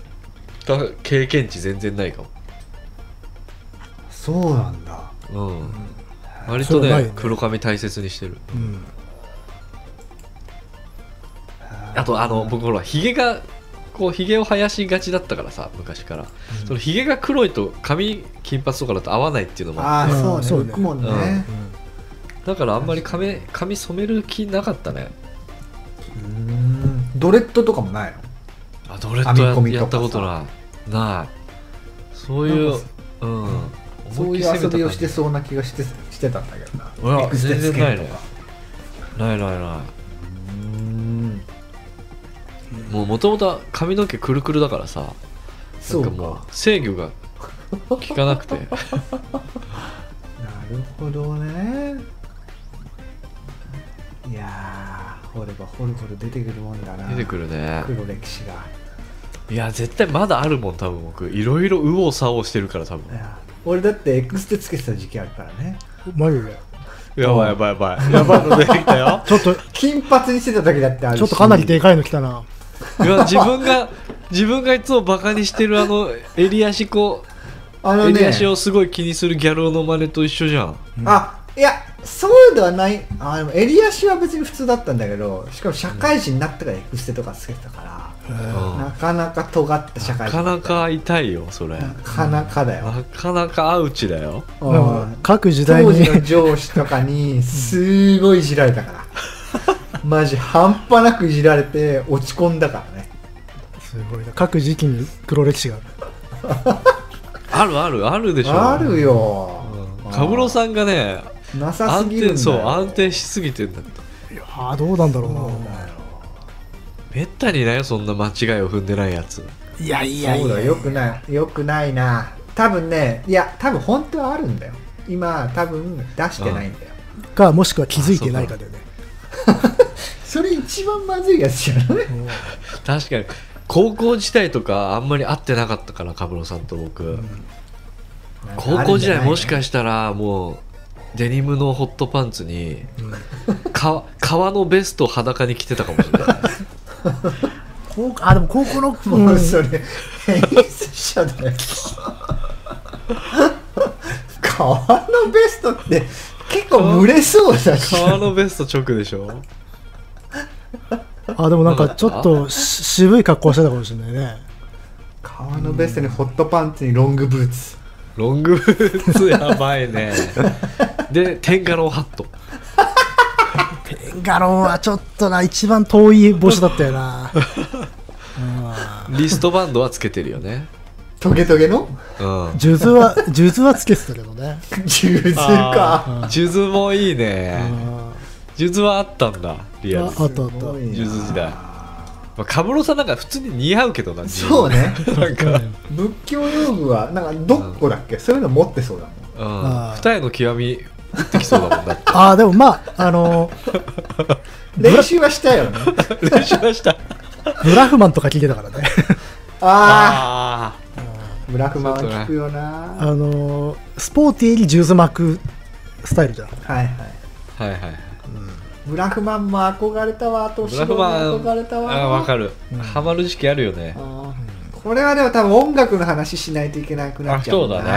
た経験値全然ないかそうなんだもうん、ん割とそれはないねよね黒髪大切にしてるうんあとあの僕ほらひげがこうひげを生やしがちだったからさ昔から、そのひげが黒いと髪金髪とかだと合わないっていうのもあっあうんあそそううねね僕もねてだからあんまり髪髪染める気なかったねうんドレッドとかもないのあドレッドや編み込みやとかさったことないないそういうなんかうんそう思いっきり攻めた感うじ遊びをしてそうな気がしてしてたんだけどなうわエクステつけ全ると然ないかねないないなうんいもうもともと髪の毛くるくるだからさなそんうかかもう制御が効かな くてなるほどねいやー掘れば掘るほど出てくるもんだな出てくるるね黒歴史がいや絶対まだあるもん多分僕いろいろ右往左往してるから多い分や俺だってエクステつけてた時期あるからねマジでやばいやばいやばいやばいの出てきた よちょっと金髪にしてた時だってあるしちょっとかなりでかいの来たないや自分が自分がいつもバカにしてるあの襟足こうあの襟ね足をすごい気にするギャル男の真似と一緒じゃんあいやそうではないあでも襟足は別に普通だったんだけどしかも社会人になってからエクステとかつけてたかへら、ーうんなかなか尖った社会な人かなか痛いよそれなかなかだよ、なかなかアウチだようんなんか各時代当に時の上司とかにすごいいじられ たからマジ半端なくいじられて落ち込んだからね すごいな各時期に黒歴史があるあるあるあるでしょあるよカブロさんがねんなさ安すぎるん定だよそう安定しすぎてんだっていやーどうなんだろうそうなだよめったにないよそんな間違いを踏んでないやついやいやそういだやよよくないよくないな多分ねいや多分本当はあるんだよ今多分出してないんだよかもしくは気づいてないかだよねそれ一番まずいやつじゃない確かに高校時代とかあんまり会ってなかったからカブロさんと僕、高校時代もしかししたらもうデニムのホットパンツに、 か革のベストを裸に着てたかもしれ ない高あでも高校の、てもううんそれ変質者だよ革のベストって結構蒸れそうだし革のベスト直でしょあでもなんかちょっとし渋い格好してたかもしれないね革のベストにホットパンツにロングブーツロングブーツやばい ねで天下のハットガロンはちょっとな一番遠い帽子だった よなリストバンドはつけてるよねトゲトゲのうん数珠は数珠はつけてたけどねジューズか数珠もいいねあ数珠はあったんだリアルあにあったあっすごたいな数珠時代まあカブロさんなんか普通に似合うけどなそうねなんか、うん、仏教用具はなんかどっこだっけ、そういうの持ってそうだもんあー二重の極み持ってきそうだもん だってああでもまああの練習はし たよね練習は したブラフマンとか聞いてたからね あああブラフマンは聞くよな、あのスポーティーに数珠巻くスタイルじゃんはいはいあはいはいブラフマンも憧れたわとブ後ラろフもマン憧れたわあ分かるる、ハマる時期あるよねこれはでも多分音楽の話しないといけなくなっちゃうなあそうだね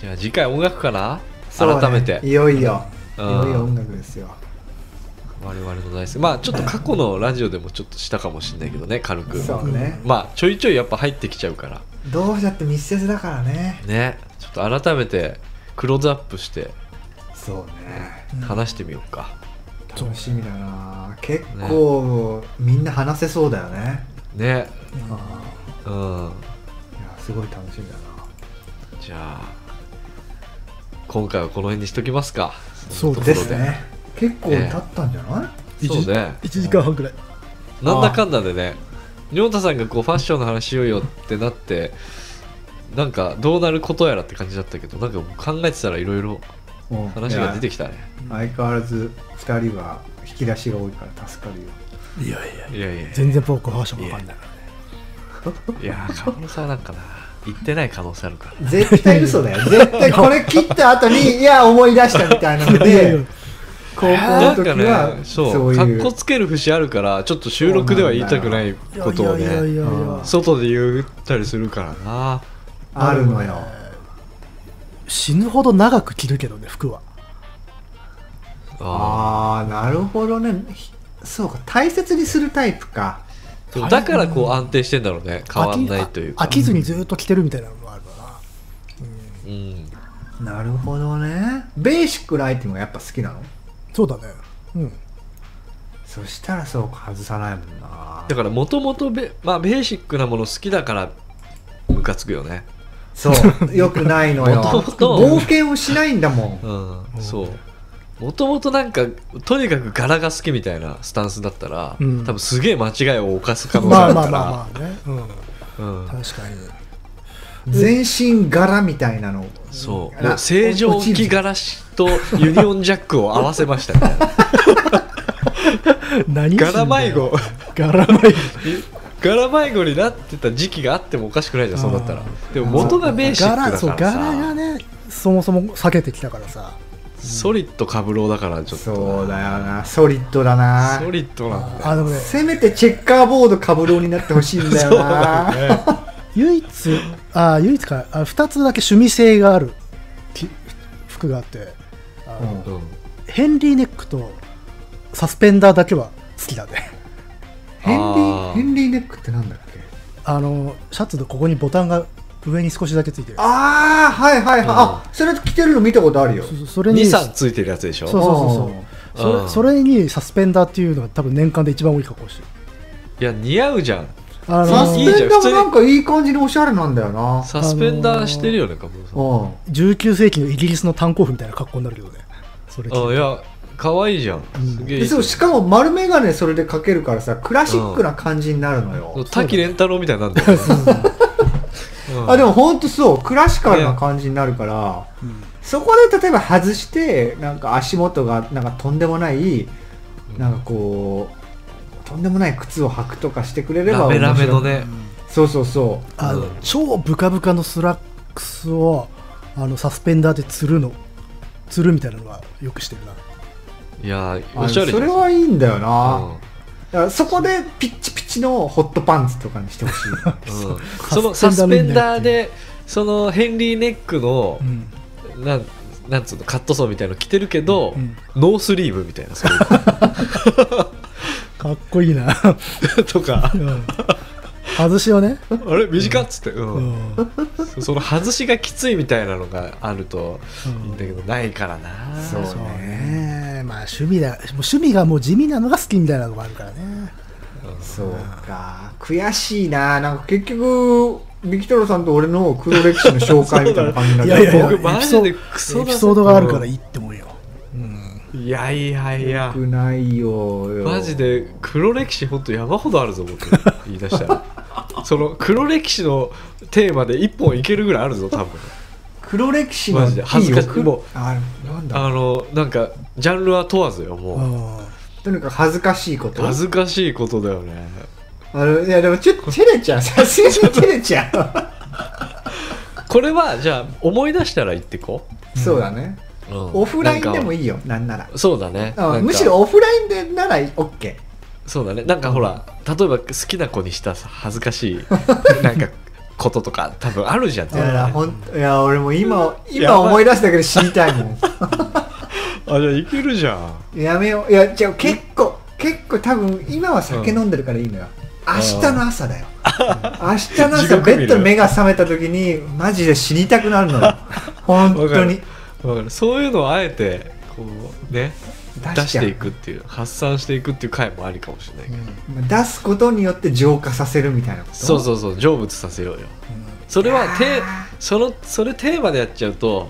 じゃあ次回音楽かな、そうね改めていよいよ、うんいよいよ音楽ですよ我々の大好きまあちょっと過去のラジオでもちょっとしたかもしれないけどね軽くそうね、まあちょいちょいやっぱ入ってきちゃうからどうしたって密接だからねねちょっと改めてクローズアップしてそうね話してみようか、楽しみだな結構、みんな話せそうだよねねあうんーいやすごい楽しみだじゃあ今回はこの辺にしときますかそうなとででころすね結構ええ経ったんじゃない、一そう時ね一時間半くらいなんだかんだでね亮太さんがこうファッションの話しようよってなってなんかどうなることやらって感じだったけどなんかもう考えてたらいろいろうん話が出てきたねいや相変わらず2人は引き出しが多いから助かるよいやいやいやいや全然僕ファッションわかんないいや可能性はなんかな言ってない可能性あるから絶対嘘だよ 絶対これ切った後にいや思い出したみたいなのいやいやで高校なのんか時はねそうそういかっうこつける節あるからちょっと収録では言いたくないことをいやいやいやいねやうん外で言ったりするからなあるのよ死ぬほど長く着るけどね服はあああなるほどねひそうか大切にするタイプかーでもだからこう安定してんだろうね変わんないというか飽きあ飽きずにずっと着てるみたいなのもあるかなうんなるほどねベーシックなアイテムがやっぱ好きなのそうだねうんそしたらそうか外さないもんなだからもともとベ,、まあ、ベーシックなもの好きだからムカつくよねそうよくないのよ元々冒険をしないんだもんうんそうもともとなんかとにかく柄が好きみたいなスタンスだったら、うん多分すげえ間違いを犯す可能性まああるまかあら、まあまあね、うん、うん、確かに全身柄みたいなのそうなもう正常期柄とユニオンジャックを合わせましたみたいな何柄迷子ガラ迷柄迷子になってた時期があってもおかしくないじゃんそうなったらあでも子元がベーシックだからそうさ柄がねそもそも避けてきたからさソリッドかぶろうだからちょっとなそうだよなソリッドだなソリッドなんだあでもねせめてチェッカーボードかぶろうになってほしいんだ よなよね 唯一あ唯一かあ2つだけ趣味性があるき服があってあのうんヘンリーネックとサスペンダーだけは好きだね ヘンリあーーヘンリーネックってなんだっけあのシャツのここにボタンが上に少しだけついてるああはいはいはい、あそれ着てるの見たことあるよそそそれに23ついてるやつでしょそうそうそうそううんそれそれにサスペンダーっていうのが多分年間で一番多い格好してるいや似合うじゃんあサスのペンいいじゃんダーもなんかいい感じにおしゃれなんだよなサスペンダーしてるよねかぶろうん19世紀のイギリスの炭鉱夫みたいな格好になるけどねそれ着てさんあいや可愛いじゃんすげえいいじでそゃんうしかも丸眼鏡それでかけるからさクラシックな感じになるのよ、滝蓮太郎みたいになるんだよねうんあでもほんとそうクラシカルな感じになるから、うんそこで例えば外してなんか足元がなんかとんでもないなんかこうとんでもない靴を履くとかしてくれればラメラメの面白いねそうそうそあの、うん超ブカブカのスラックスをあのサスペンダーでつるのつるみたいなのがよくしてるないやーうおしゃれじゃそんれはいいんだような、んだからそこでピッチピチのホットパンツとかにして ほしいうんそのサスペンダーでそのヘンリーネックのうんなんなんつうのカットソーみたいの着てるけど、うんノースリーブみたいなそういうかっこいいな、の とかうん外しをね、あれ短っつって、ううんんうんそその外しがきついみたいなのがあるといいんだけど、ないからなそうそうねまあ趣味だもう趣味がもう地味なのが好きみたいなのがあるからねそうか悔しいななんか結局ビキトロさんと俺の黒歴史の紹介みたいな感じになっ いちやいやいゃやう僕マジでクソだエピソードがあるからいいって思うよ、うん、いやいやいよやくないよマジで黒歴史ほんと山ほどあるぞ僕言い出 したらその黒歴史のテーマで一本いけるぐらいあるぞ多分黒歴史のマジで恥ずかしい欲もうあなんだあのなんかジャンルは問わずよもあとにかく恥ずかしいこうと恥ずかしいことだよねあのいやでもちょっと照れ ちゃうさすがに照れちゃこれはじゃあ思い出したら言ってこうそうだねう、うんオフラインでもいいいよなんならそうだねあなんかむしろオフラインでなら OK そうだねなんかほら例えば好きな子にしたさ恥ずかしい なんかこととか多分あるじゃんいやほんいや俺も今やば今い 思い出したけど知りたいもんあじゃあいけるじゃんやめよういやじゃあ結構結構多分今は酒飲んでるからいいのよ、明日の朝だよ明日の地獄見朝るベッドで目が覚めた時にマジで死にたくなるのよ 本当にわかるそういうのをあえてこうね出出ししちゃうていくっていう発散していくっていう回もありかもしれないけど、出すことによって浄化させるみたいなことそうそうそう成仏させようよそれはてそのそれテーマでやっちゃうと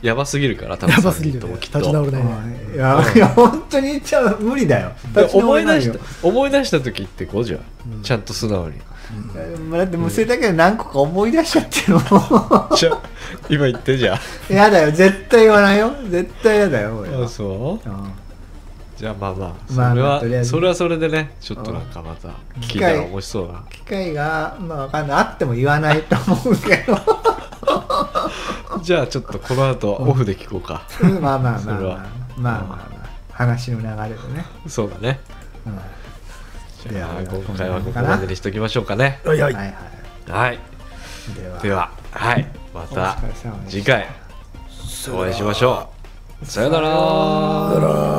やばすぎるから多分やばすぎ三人るとねもきっと立ち直れないねうんいやいや本当にじゃあ無理だよで立ち直思れいな出いよした思い出した時ってこうじゃん、うんちゃんと素直 にだってもうそれだけで何個か思い出しちゃってるもじゃ今言ってじゃん やだよ絶対言わないよ絶対やだよ俺 あはあそううんじゃあまあまあそれまは、あまあとりあえずそれはそれでねちょっとなんかまた聞いたら面白そうな機会がまあわかんないあっても言わないと思うけど じゃあちょっとこの後オフで聞こうか、うんまあまあそまあれはまあまあまあまあ話の流れでね、そうだねうんじゃあでは今回はここまでにしときましょうかねはいははいいはいはいではでははいまたお疲れ様でした次回お会いしましょうさよならだから